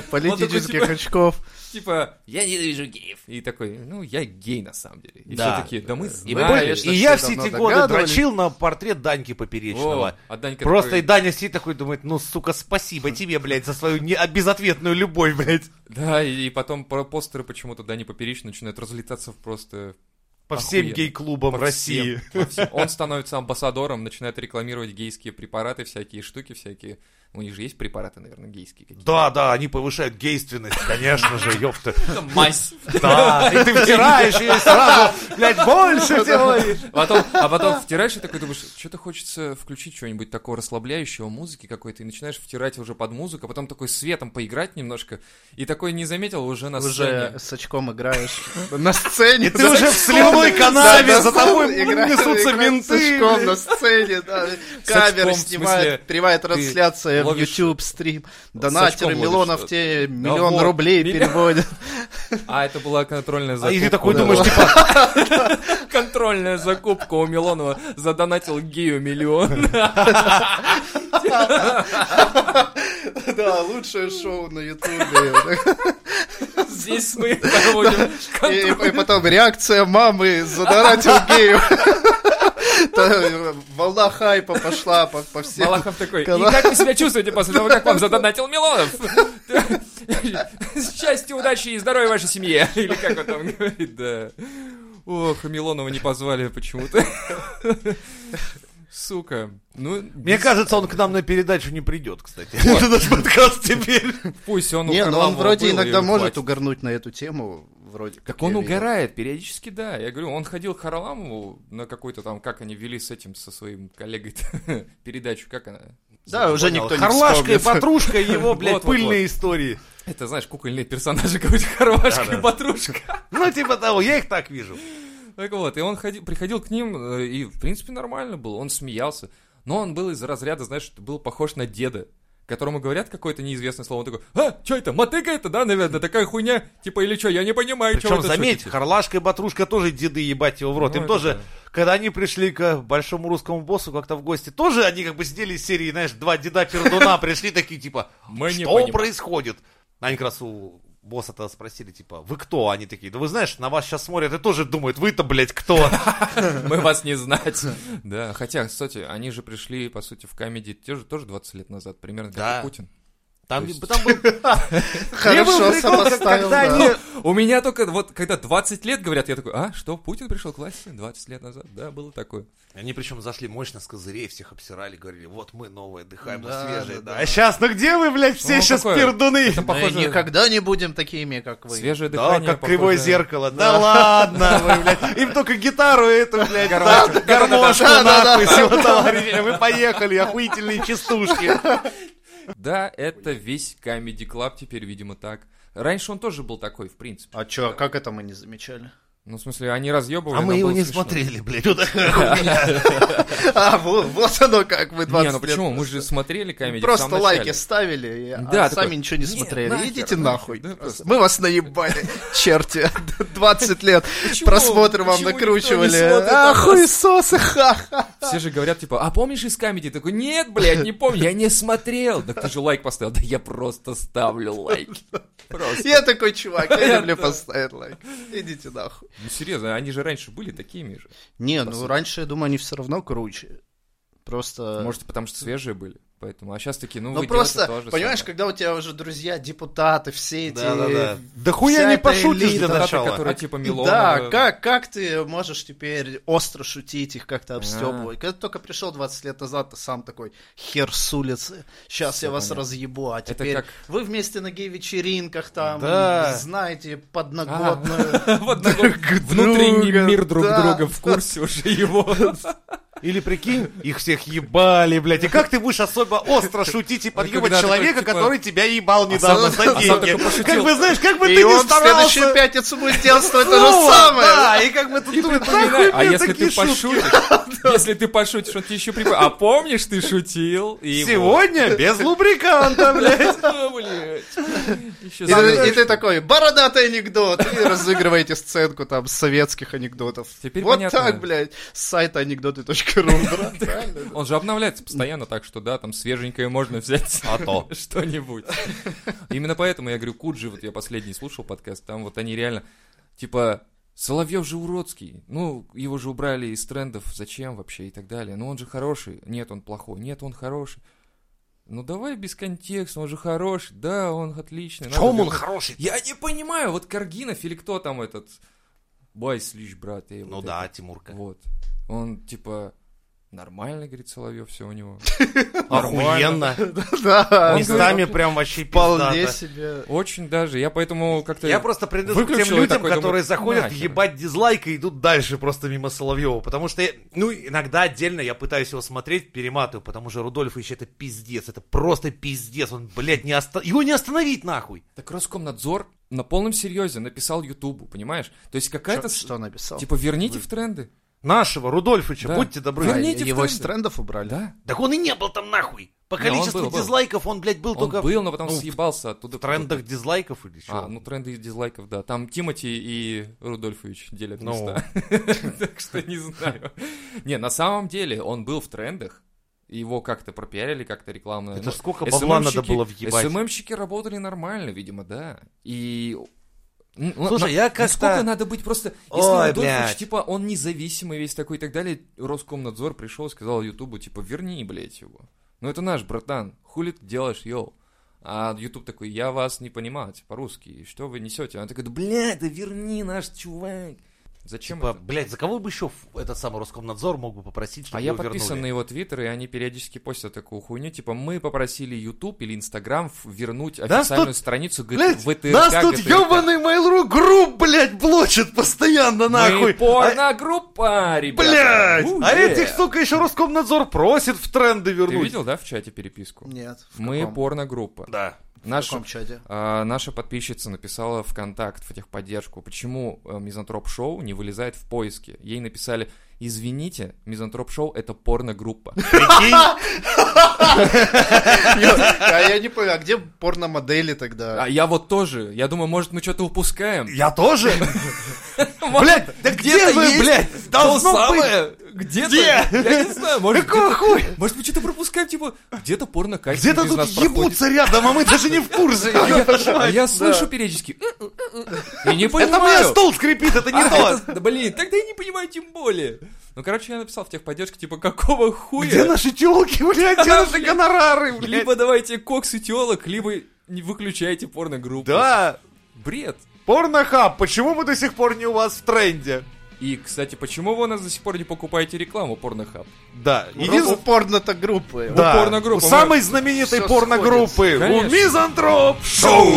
Speaker 3: Политических
Speaker 2: типа-
Speaker 3: очков.
Speaker 2: Типа, я ненавижу геев. И такой, ну, я гей на самом деле. И
Speaker 3: Да.
Speaker 2: все такие, да мы
Speaker 3: И
Speaker 1: И,
Speaker 3: мы
Speaker 2: знаем».
Speaker 3: более- конечно,
Speaker 1: я
Speaker 3: все
Speaker 1: все эти
Speaker 3: давно
Speaker 1: годы
Speaker 3: догадывались.
Speaker 1: дрочил на портрет Даньки Поперечного.
Speaker 2: О, а Данька
Speaker 1: Просто
Speaker 2: такой,
Speaker 1: и Даня сидит такой думает, ну, сука, спасибо
Speaker 2: Хм.
Speaker 1: тебе, блядь, за свою не- безответную любовь, блядь.
Speaker 2: Да, и и потом про постеры почему-то Дани Поперечный начинают разлетаться в просто
Speaker 1: По всем
Speaker 2: Охуенно.
Speaker 1: гей-клубам
Speaker 2: По
Speaker 1: России.
Speaker 2: всем, по всем. Он становится амбассадором, начинает рекламировать гейские препараты, всякие штуки, всякие. У них же есть препараты, наверное, гейские какие-то.
Speaker 1: Да, да, они повышают гейственность, конечно же, ёпта.
Speaker 2: Мазь.
Speaker 1: Да, и ты втираешь ее сразу, блядь, больше делаешь.
Speaker 2: Потом, а потом втираешь и такой думаешь, что-то хочется включить что-нибудь такого расслабляющего, музыки какой-то, и начинаешь втирать уже под музыку, а потом такой светом поиграть немножко, и такой не заметил уже на
Speaker 3: Уже
Speaker 2: сцене.
Speaker 3: с очком играешь на сцене.
Speaker 1: И ты уже в сливной канаве, за тобой несутся менты.
Speaker 3: Сачком на
Speaker 1: блядь.
Speaker 3: сцене, да. Камеры
Speaker 2: очком, в смысле,
Speaker 3: снимают, прямая трансляция в
Speaker 2: ловишь-
Speaker 3: YouTube стрим.
Speaker 2: очком
Speaker 3: Донатеры
Speaker 2: ловишь
Speaker 3: Милонов
Speaker 1: э,
Speaker 2: что-то.
Speaker 3: тебе миллион
Speaker 2: вот,
Speaker 3: рублей
Speaker 2: миллион.
Speaker 3: переводят.
Speaker 2: А это была контрольная
Speaker 1: А
Speaker 2: закупка.
Speaker 1: и ты такой
Speaker 2: у
Speaker 1: думаешь,
Speaker 2: Милонова.
Speaker 1: типа,
Speaker 2: контрольная закупка у Милонова задонатил Гею миллион.
Speaker 3: Да, лучшее шоу на Ютубе.
Speaker 2: Здесь мы проводим
Speaker 3: И,
Speaker 2: контроль.
Speaker 3: и потом реакция мамы задоратил гею. Та, Волна хайпа пошла по, по всем.
Speaker 2: Малахов такой, и
Speaker 3: Кала-
Speaker 2: как вы себя чувствуете после того, как вам задонатил Милонов? Счастья, удачи и здоровья вашей семье. Или как он там говорит, да. Ох, Милонова не позвали почему-то. Сука. Ну,
Speaker 1: Мне кажется, он к нам на передачу не придет, кстати. Это наш подкаст теперь.
Speaker 2: пусть он у
Speaker 3: Не, ну он
Speaker 2: Харламова
Speaker 3: вроде
Speaker 2: был, и
Speaker 3: иногда
Speaker 2: ему
Speaker 3: может
Speaker 2: хватит.
Speaker 3: угорнуть на эту тему. Вроде
Speaker 2: Так
Speaker 3: как
Speaker 2: он
Speaker 3: я видел.
Speaker 2: угорает, периодически, да. Я говорю, он ходил к Харламову на какой-то там, как они вели с этим, со своим коллегой передачу, как она?
Speaker 3: Да, уже
Speaker 1: Понял.
Speaker 3: никто не
Speaker 1: Харлашка и
Speaker 3: вспомнит.
Speaker 1: Патрушка, и его, блядь,
Speaker 2: Вот, вот,
Speaker 1: пыльные истории.
Speaker 2: Это, знаешь, кукольные персонажи, какой-то Харвашка
Speaker 1: Да-да.
Speaker 2: и Патрушка.
Speaker 1: Ну, типа того, я их так вижу.
Speaker 2: Так вот, и он ходи- приходил к ним, э, и, в принципе, нормально было, он смеялся. Но он был из разряда, знаешь, был похож на деда, которому говорят какое-то неизвестное слово. Он такой, а, что это, мотыга это, да, наверное, такая хуйня? Типа, или что, я не понимаю, что
Speaker 1: Причем, заметь, Харлашка и Батрушка тоже деды ебать его в рот.
Speaker 2: Ну,
Speaker 1: Им
Speaker 2: это
Speaker 1: тоже,
Speaker 2: да.
Speaker 1: когда они пришли к большому русскому боссу как-то в гости, тоже они как бы сидели из серии, знаешь, два деда пердуна пришли такие типа,
Speaker 2: Мы не
Speaker 1: что
Speaker 2: понимаем».
Speaker 1: происходит? Они как раз у босса-то спросили, типа, вы кто? Они такие, да вы знаешь, на вас сейчас смотрят и тоже думают, вы-то, блядь, кто?
Speaker 2: Мы вас не знать. Да, хотя, кстати, они же пришли, по сути, в комедии те же- тоже 20 лет назад, примерно
Speaker 1: Да.
Speaker 2: как и Путин.
Speaker 1: Там,
Speaker 2: То есть-
Speaker 1: там был
Speaker 3: Хорошо сопоставил,
Speaker 1: когда
Speaker 3: да.
Speaker 1: они-
Speaker 2: Ну, У меня только, вот, когда 20 лет говорят, я такой, а, что, Путин пришел к власти 20 лет назад? Да, было такое.
Speaker 1: Они причем зашли мощно с козырей, всех обсирали, говорили, вот мы новые, дыхаем, мы
Speaker 3: Да,
Speaker 1: свежие. да.
Speaker 3: да, да.
Speaker 1: А сейчас, ну где вы, блядь, все
Speaker 2: Ну,
Speaker 1: сейчас
Speaker 2: какое?
Speaker 1: пердуны?
Speaker 2: Это похоже...
Speaker 3: Мы никогда не будем такими, как вы.
Speaker 2: Свежее
Speaker 1: Да,
Speaker 2: дыхание.
Speaker 1: как кривое
Speaker 2: похоже-
Speaker 1: зеркало. Да ладно, вы, блядь. Им только гитару эту, блядь,
Speaker 2: Гармошку.
Speaker 1: да, гармошку
Speaker 3: Да, да, да,
Speaker 1: нахуй,
Speaker 3: да.
Speaker 1: всего, товарищи. Вы поехали, охуительные частушки.
Speaker 2: Да, это весь Comedy Club теперь, видимо, так. Раньше он тоже был такой, в принципе.
Speaker 3: А чё, как это мы не замечали?
Speaker 2: Ну, в смысле, они разъебывали.
Speaker 1: А
Speaker 2: нам
Speaker 1: мы его
Speaker 2: было
Speaker 1: не
Speaker 2: смешно.
Speaker 1: смотрели, блядь. вот так.
Speaker 3: А, вот, вот оно как, мы 20
Speaker 2: Не, ну
Speaker 3: лет
Speaker 2: почему? Мы же смотрели комедию.
Speaker 3: Просто лайки ставили, и- а
Speaker 2: Да,
Speaker 3: сами
Speaker 2: такой,
Speaker 3: ничего не
Speaker 2: «Не,
Speaker 3: смотрели.
Speaker 2: нахер,
Speaker 3: Идите
Speaker 2: нахер».
Speaker 3: нахуй.
Speaker 2: Да,
Speaker 3: просто.
Speaker 2: просто.
Speaker 3: Мы вас наебали, черти. 20 лет
Speaker 2: Почему?
Speaker 3: просмотр
Speaker 2: Почему
Speaker 3: вам
Speaker 2: никто не
Speaker 3: накручивали.
Speaker 2: смотрит на
Speaker 3: А,
Speaker 2: нас?
Speaker 3: хуесосы, ха-ха.
Speaker 2: Все же говорят, типа, а помнишь из комедии? Такой, нет, блядь, не помню, я не смотрел. Так ты же лайк поставил. Да я просто ставлю лайк. Просто.
Speaker 3: Я такой чувак, я люблю поставить лайк. Идите нахуй.
Speaker 2: Ну, серьезно, они же раньше были такими же.
Speaker 3: Не, ну раньше, я думаю, они все равно круче. Просто...
Speaker 2: Может, потому что свежие были. Поэтому, а сейчас такие, ну,
Speaker 3: Ну
Speaker 2: вы
Speaker 3: просто,
Speaker 2: делаете то же
Speaker 3: понимаешь,
Speaker 2: самое.
Speaker 3: когда у тебя уже друзья, депутаты, все эти...
Speaker 1: Да-да-да. Да
Speaker 3: вся
Speaker 1: хуя не
Speaker 3: эта
Speaker 1: пошутишь для
Speaker 3: элита,
Speaker 2: Цитаты,
Speaker 1: начала.
Speaker 2: которые типа Милонова.
Speaker 3: Да, как, как ты можешь теперь остро шутить их как-то
Speaker 2: А.
Speaker 3: обстебывать? Когда ты только пришел 20 лет назад, ты сам такой хер с улицы. Сейчас
Speaker 2: Всё
Speaker 3: я вас
Speaker 2: понятно.
Speaker 3: разъебу, а
Speaker 2: Это
Speaker 3: теперь
Speaker 2: как-
Speaker 3: вы вместе на гей-вечеринках там,
Speaker 1: Да.
Speaker 3: и знаете, подноготную.
Speaker 2: Вот такой внутренний
Speaker 3: друга,
Speaker 2: мир друг
Speaker 3: да.
Speaker 2: друга в курсе уже его.
Speaker 1: Или прикинь, их всех ебали, блядь. И как ты будешь особо остро шутить и
Speaker 2: когда
Speaker 1: подъебать
Speaker 2: такой,
Speaker 1: человека,
Speaker 2: типа,
Speaker 1: который тебя ебал недавно
Speaker 2: а
Speaker 1: за
Speaker 2: сам
Speaker 1: деньги?
Speaker 2: такой пошутил.
Speaker 1: Как бы, знаешь, как бы ты
Speaker 3: И
Speaker 1: не
Speaker 3: он в следующую
Speaker 1: старался.
Speaker 3: пятницу будет делать то же
Speaker 1: Вот, Да,
Speaker 3: самое.
Speaker 1: и как бы ты думаешь,
Speaker 2: Понимаю,
Speaker 1: нахуй
Speaker 2: А
Speaker 1: мне
Speaker 2: если ты
Speaker 1: такие шутки?
Speaker 2: пошутишь, если ты пошутишь, он тебе еще припомнит. А помнишь, ты шутил? И вот.
Speaker 1: Сегодня без лубриканта, блядь.
Speaker 2: А, блядь. Ещё
Speaker 3: И ты- И
Speaker 2: забыл.
Speaker 3: ты такой, бородатый анекдот, и разыгрываете сценку там советских анекдотов.
Speaker 2: Теперь
Speaker 3: вот
Speaker 2: понятно.
Speaker 3: так, блядь, с сайта анекдоты.ру, брат.
Speaker 2: Он же обновляется постоянно, так что да, там свеженькое можно взять.
Speaker 1: А то.
Speaker 2: Что-нибудь. Именно поэтому я говорю, Куджи, вот я последний слушал подкаст, там вот они реально, типа, Соловьев же уродский, ну, его же убрали из трендов, зачем вообще и так далее. Ну, он же хороший, нет, он плохой, нет, он хороший. Ну, давай без контекста, он же хороший, да, он отличный.
Speaker 1: В
Speaker 2: надо
Speaker 1: чем он
Speaker 2: вернуть.
Speaker 1: хороший?
Speaker 2: Я не понимаю, вот Каргинов или кто там этот, Байс Лич, брат. и
Speaker 1: Ну
Speaker 2: вот
Speaker 1: да, Тимурка.
Speaker 2: вот. Он типа нормально, говорит Соловьев, все у него.
Speaker 1: Охуенно.
Speaker 3: Да,
Speaker 1: Местами прям вообще
Speaker 3: вполне
Speaker 1: пиздато.
Speaker 3: себе.
Speaker 2: Очень даже. Я поэтому как-то.
Speaker 1: Я просто принадлежу к тем
Speaker 2: выключил и
Speaker 1: людям,
Speaker 2: такой думаю,
Speaker 1: которые заходят
Speaker 2: «Нахер».
Speaker 1: ебать дизлайк и идут дальше просто мимо Соловьева. Потому что, я- ну, иногда отдельно я пытаюсь его смотреть, перематываю, потому что Рудольфович это пиздец, это просто пиздец. Он, блядь, не оста- его не остановить нахуй.
Speaker 2: Так Роскомнадзор на полном серьезе написал Ютубу, понимаешь? То есть какая-то.
Speaker 3: Чё-
Speaker 2: с-
Speaker 3: Что написал?
Speaker 2: Типа верните в тренды.
Speaker 1: Нашего Рудольфовича,
Speaker 2: Да.
Speaker 1: будьте добры.
Speaker 2: Верни-
Speaker 1: Да.
Speaker 2: верните в
Speaker 3: Его из
Speaker 2: тренды.
Speaker 3: трендов убрали?
Speaker 2: Да.
Speaker 1: Так он и не был там нахуй. По
Speaker 2: Не,
Speaker 1: количеству
Speaker 2: он был, был.
Speaker 1: дизлайков он, блядь, был
Speaker 2: Он
Speaker 1: только
Speaker 2: был, но потом
Speaker 1: ну, в
Speaker 2: съебался оттуда.
Speaker 1: трендах дизлайков или чего.
Speaker 2: А, ну тренды и дизлайков, да. Там Тимати и Рудольфович делят
Speaker 1: Ну.
Speaker 2: места. Так что не знаю. Не, на самом деле он был в трендах. Его как-то пропиарили, как-то рекламно.
Speaker 1: Это
Speaker 2: Ну,
Speaker 1: ж сколько бабла надо
Speaker 2: SMM-щики
Speaker 1: было въебать.
Speaker 2: СММщики работали нормально, видимо, да. И... м, ну,
Speaker 1: Слушай,
Speaker 2: на-
Speaker 1: я
Speaker 2: ну, Сколько
Speaker 1: как-то...
Speaker 2: надо быть просто... Если
Speaker 1: Ой,
Speaker 2: Рудольфович,
Speaker 1: блядь.
Speaker 2: типа, он независимый весь такой и так далее, Роскомнадзор пришел и сказал Ютубу, типа, верни, блядь, его. Ну это наш, братан, хули ты делаешь, йоу? А Ютуб такой, я вас не понимаю, типа, русский, что вы несете? Она такая, да, блядь, да верни наш чувак. Зачем
Speaker 1: Типа,
Speaker 2: это?
Speaker 1: блядь, за кого бы еще ф- этот самый Роскомнадзор мог бы попросить, чтобы
Speaker 2: А я
Speaker 1: его
Speaker 2: подписан
Speaker 1: вернули?
Speaker 2: на его твиттер, и они периодически постят такую хуйню, типа, мы попросили Ютуб или Инстаграм в- вернуть официальную
Speaker 1: тут-
Speaker 2: страницу ГТ,
Speaker 1: Блять,
Speaker 2: ВТРК,
Speaker 1: нас тут
Speaker 2: ГТРК.
Speaker 1: ебаный Mail.ru групп, блядь, блочит постоянно,
Speaker 2: Мы
Speaker 1: нахуй. А-
Speaker 2: порногруппа, ребята.
Speaker 1: Блядь!
Speaker 2: У,
Speaker 1: А
Speaker 2: е.
Speaker 1: этих, сука, еще Роскомнадзор просит в тренды
Speaker 2: Ты
Speaker 1: вернуть.
Speaker 2: видел, да, в чате переписку?
Speaker 3: Нет. в
Speaker 2: Мы
Speaker 3: каком?
Speaker 2: порногруппа.
Speaker 1: Да.
Speaker 3: В
Speaker 2: Наша,
Speaker 3: каком чате?
Speaker 2: а, наша подписчица написала в контакт, в техподдержку, почему э, Мизантроп Шоу не вылезает в поиске. Ей написали, извините, Мизантроп Шоу это порногруппа.
Speaker 1: Прикинь,
Speaker 3: А я не понял, а где порномодели
Speaker 2: А
Speaker 3: тогда?
Speaker 2: я вот тоже, я думаю, может мы что-то упускаем.
Speaker 1: я тоже.
Speaker 2: Может,
Speaker 1: Блядь, да где
Speaker 2: где-то
Speaker 1: вы,
Speaker 2: есть
Speaker 1: блядь?
Speaker 2: то
Speaker 1: Должно быть.
Speaker 2: самое, Где-то,
Speaker 1: Где?
Speaker 2: я не знаю, может,
Speaker 1: Какого
Speaker 2: где-то-
Speaker 1: хуя?
Speaker 2: может, мы что-то пропускаем, типа, где-то порно
Speaker 1: Где-то тут ебутся рядом, а мы даже не в курсе.
Speaker 2: А я,
Speaker 1: ёб твою
Speaker 2: а
Speaker 1: мать.
Speaker 2: я
Speaker 1: Да.
Speaker 2: слышу периодически. «Э, э, э, э». Я не понимаю.
Speaker 1: Это у меня стол скрипит, это не
Speaker 2: А,
Speaker 1: то.
Speaker 2: это- да блин, тогда я не понимаю тем более. Ну, короче, я написал в техподдержку, типа, какого хуя?
Speaker 1: Где наши телки, блядь, где
Speaker 2: Да,
Speaker 1: наши
Speaker 2: блядь.
Speaker 1: гонорары, блядь?
Speaker 2: Либо давайте кокс и теолог, либо не выключайте порногруппу.
Speaker 1: Да,
Speaker 2: Бред.
Speaker 1: порнохаб, почему мы до сих пор не у вас в тренде?
Speaker 2: И, кстати, почему вы у нас до сих пор не покупаете рекламу порнохаб?
Speaker 1: Да,
Speaker 3: Единственное...
Speaker 1: единственное...
Speaker 3: порно-то группы.
Speaker 1: Да,
Speaker 2: порногруппы,
Speaker 1: у самой знаменитой
Speaker 3: Всё
Speaker 1: порногруппы, у
Speaker 2: Конечно.
Speaker 1: Мизантроп Шоу!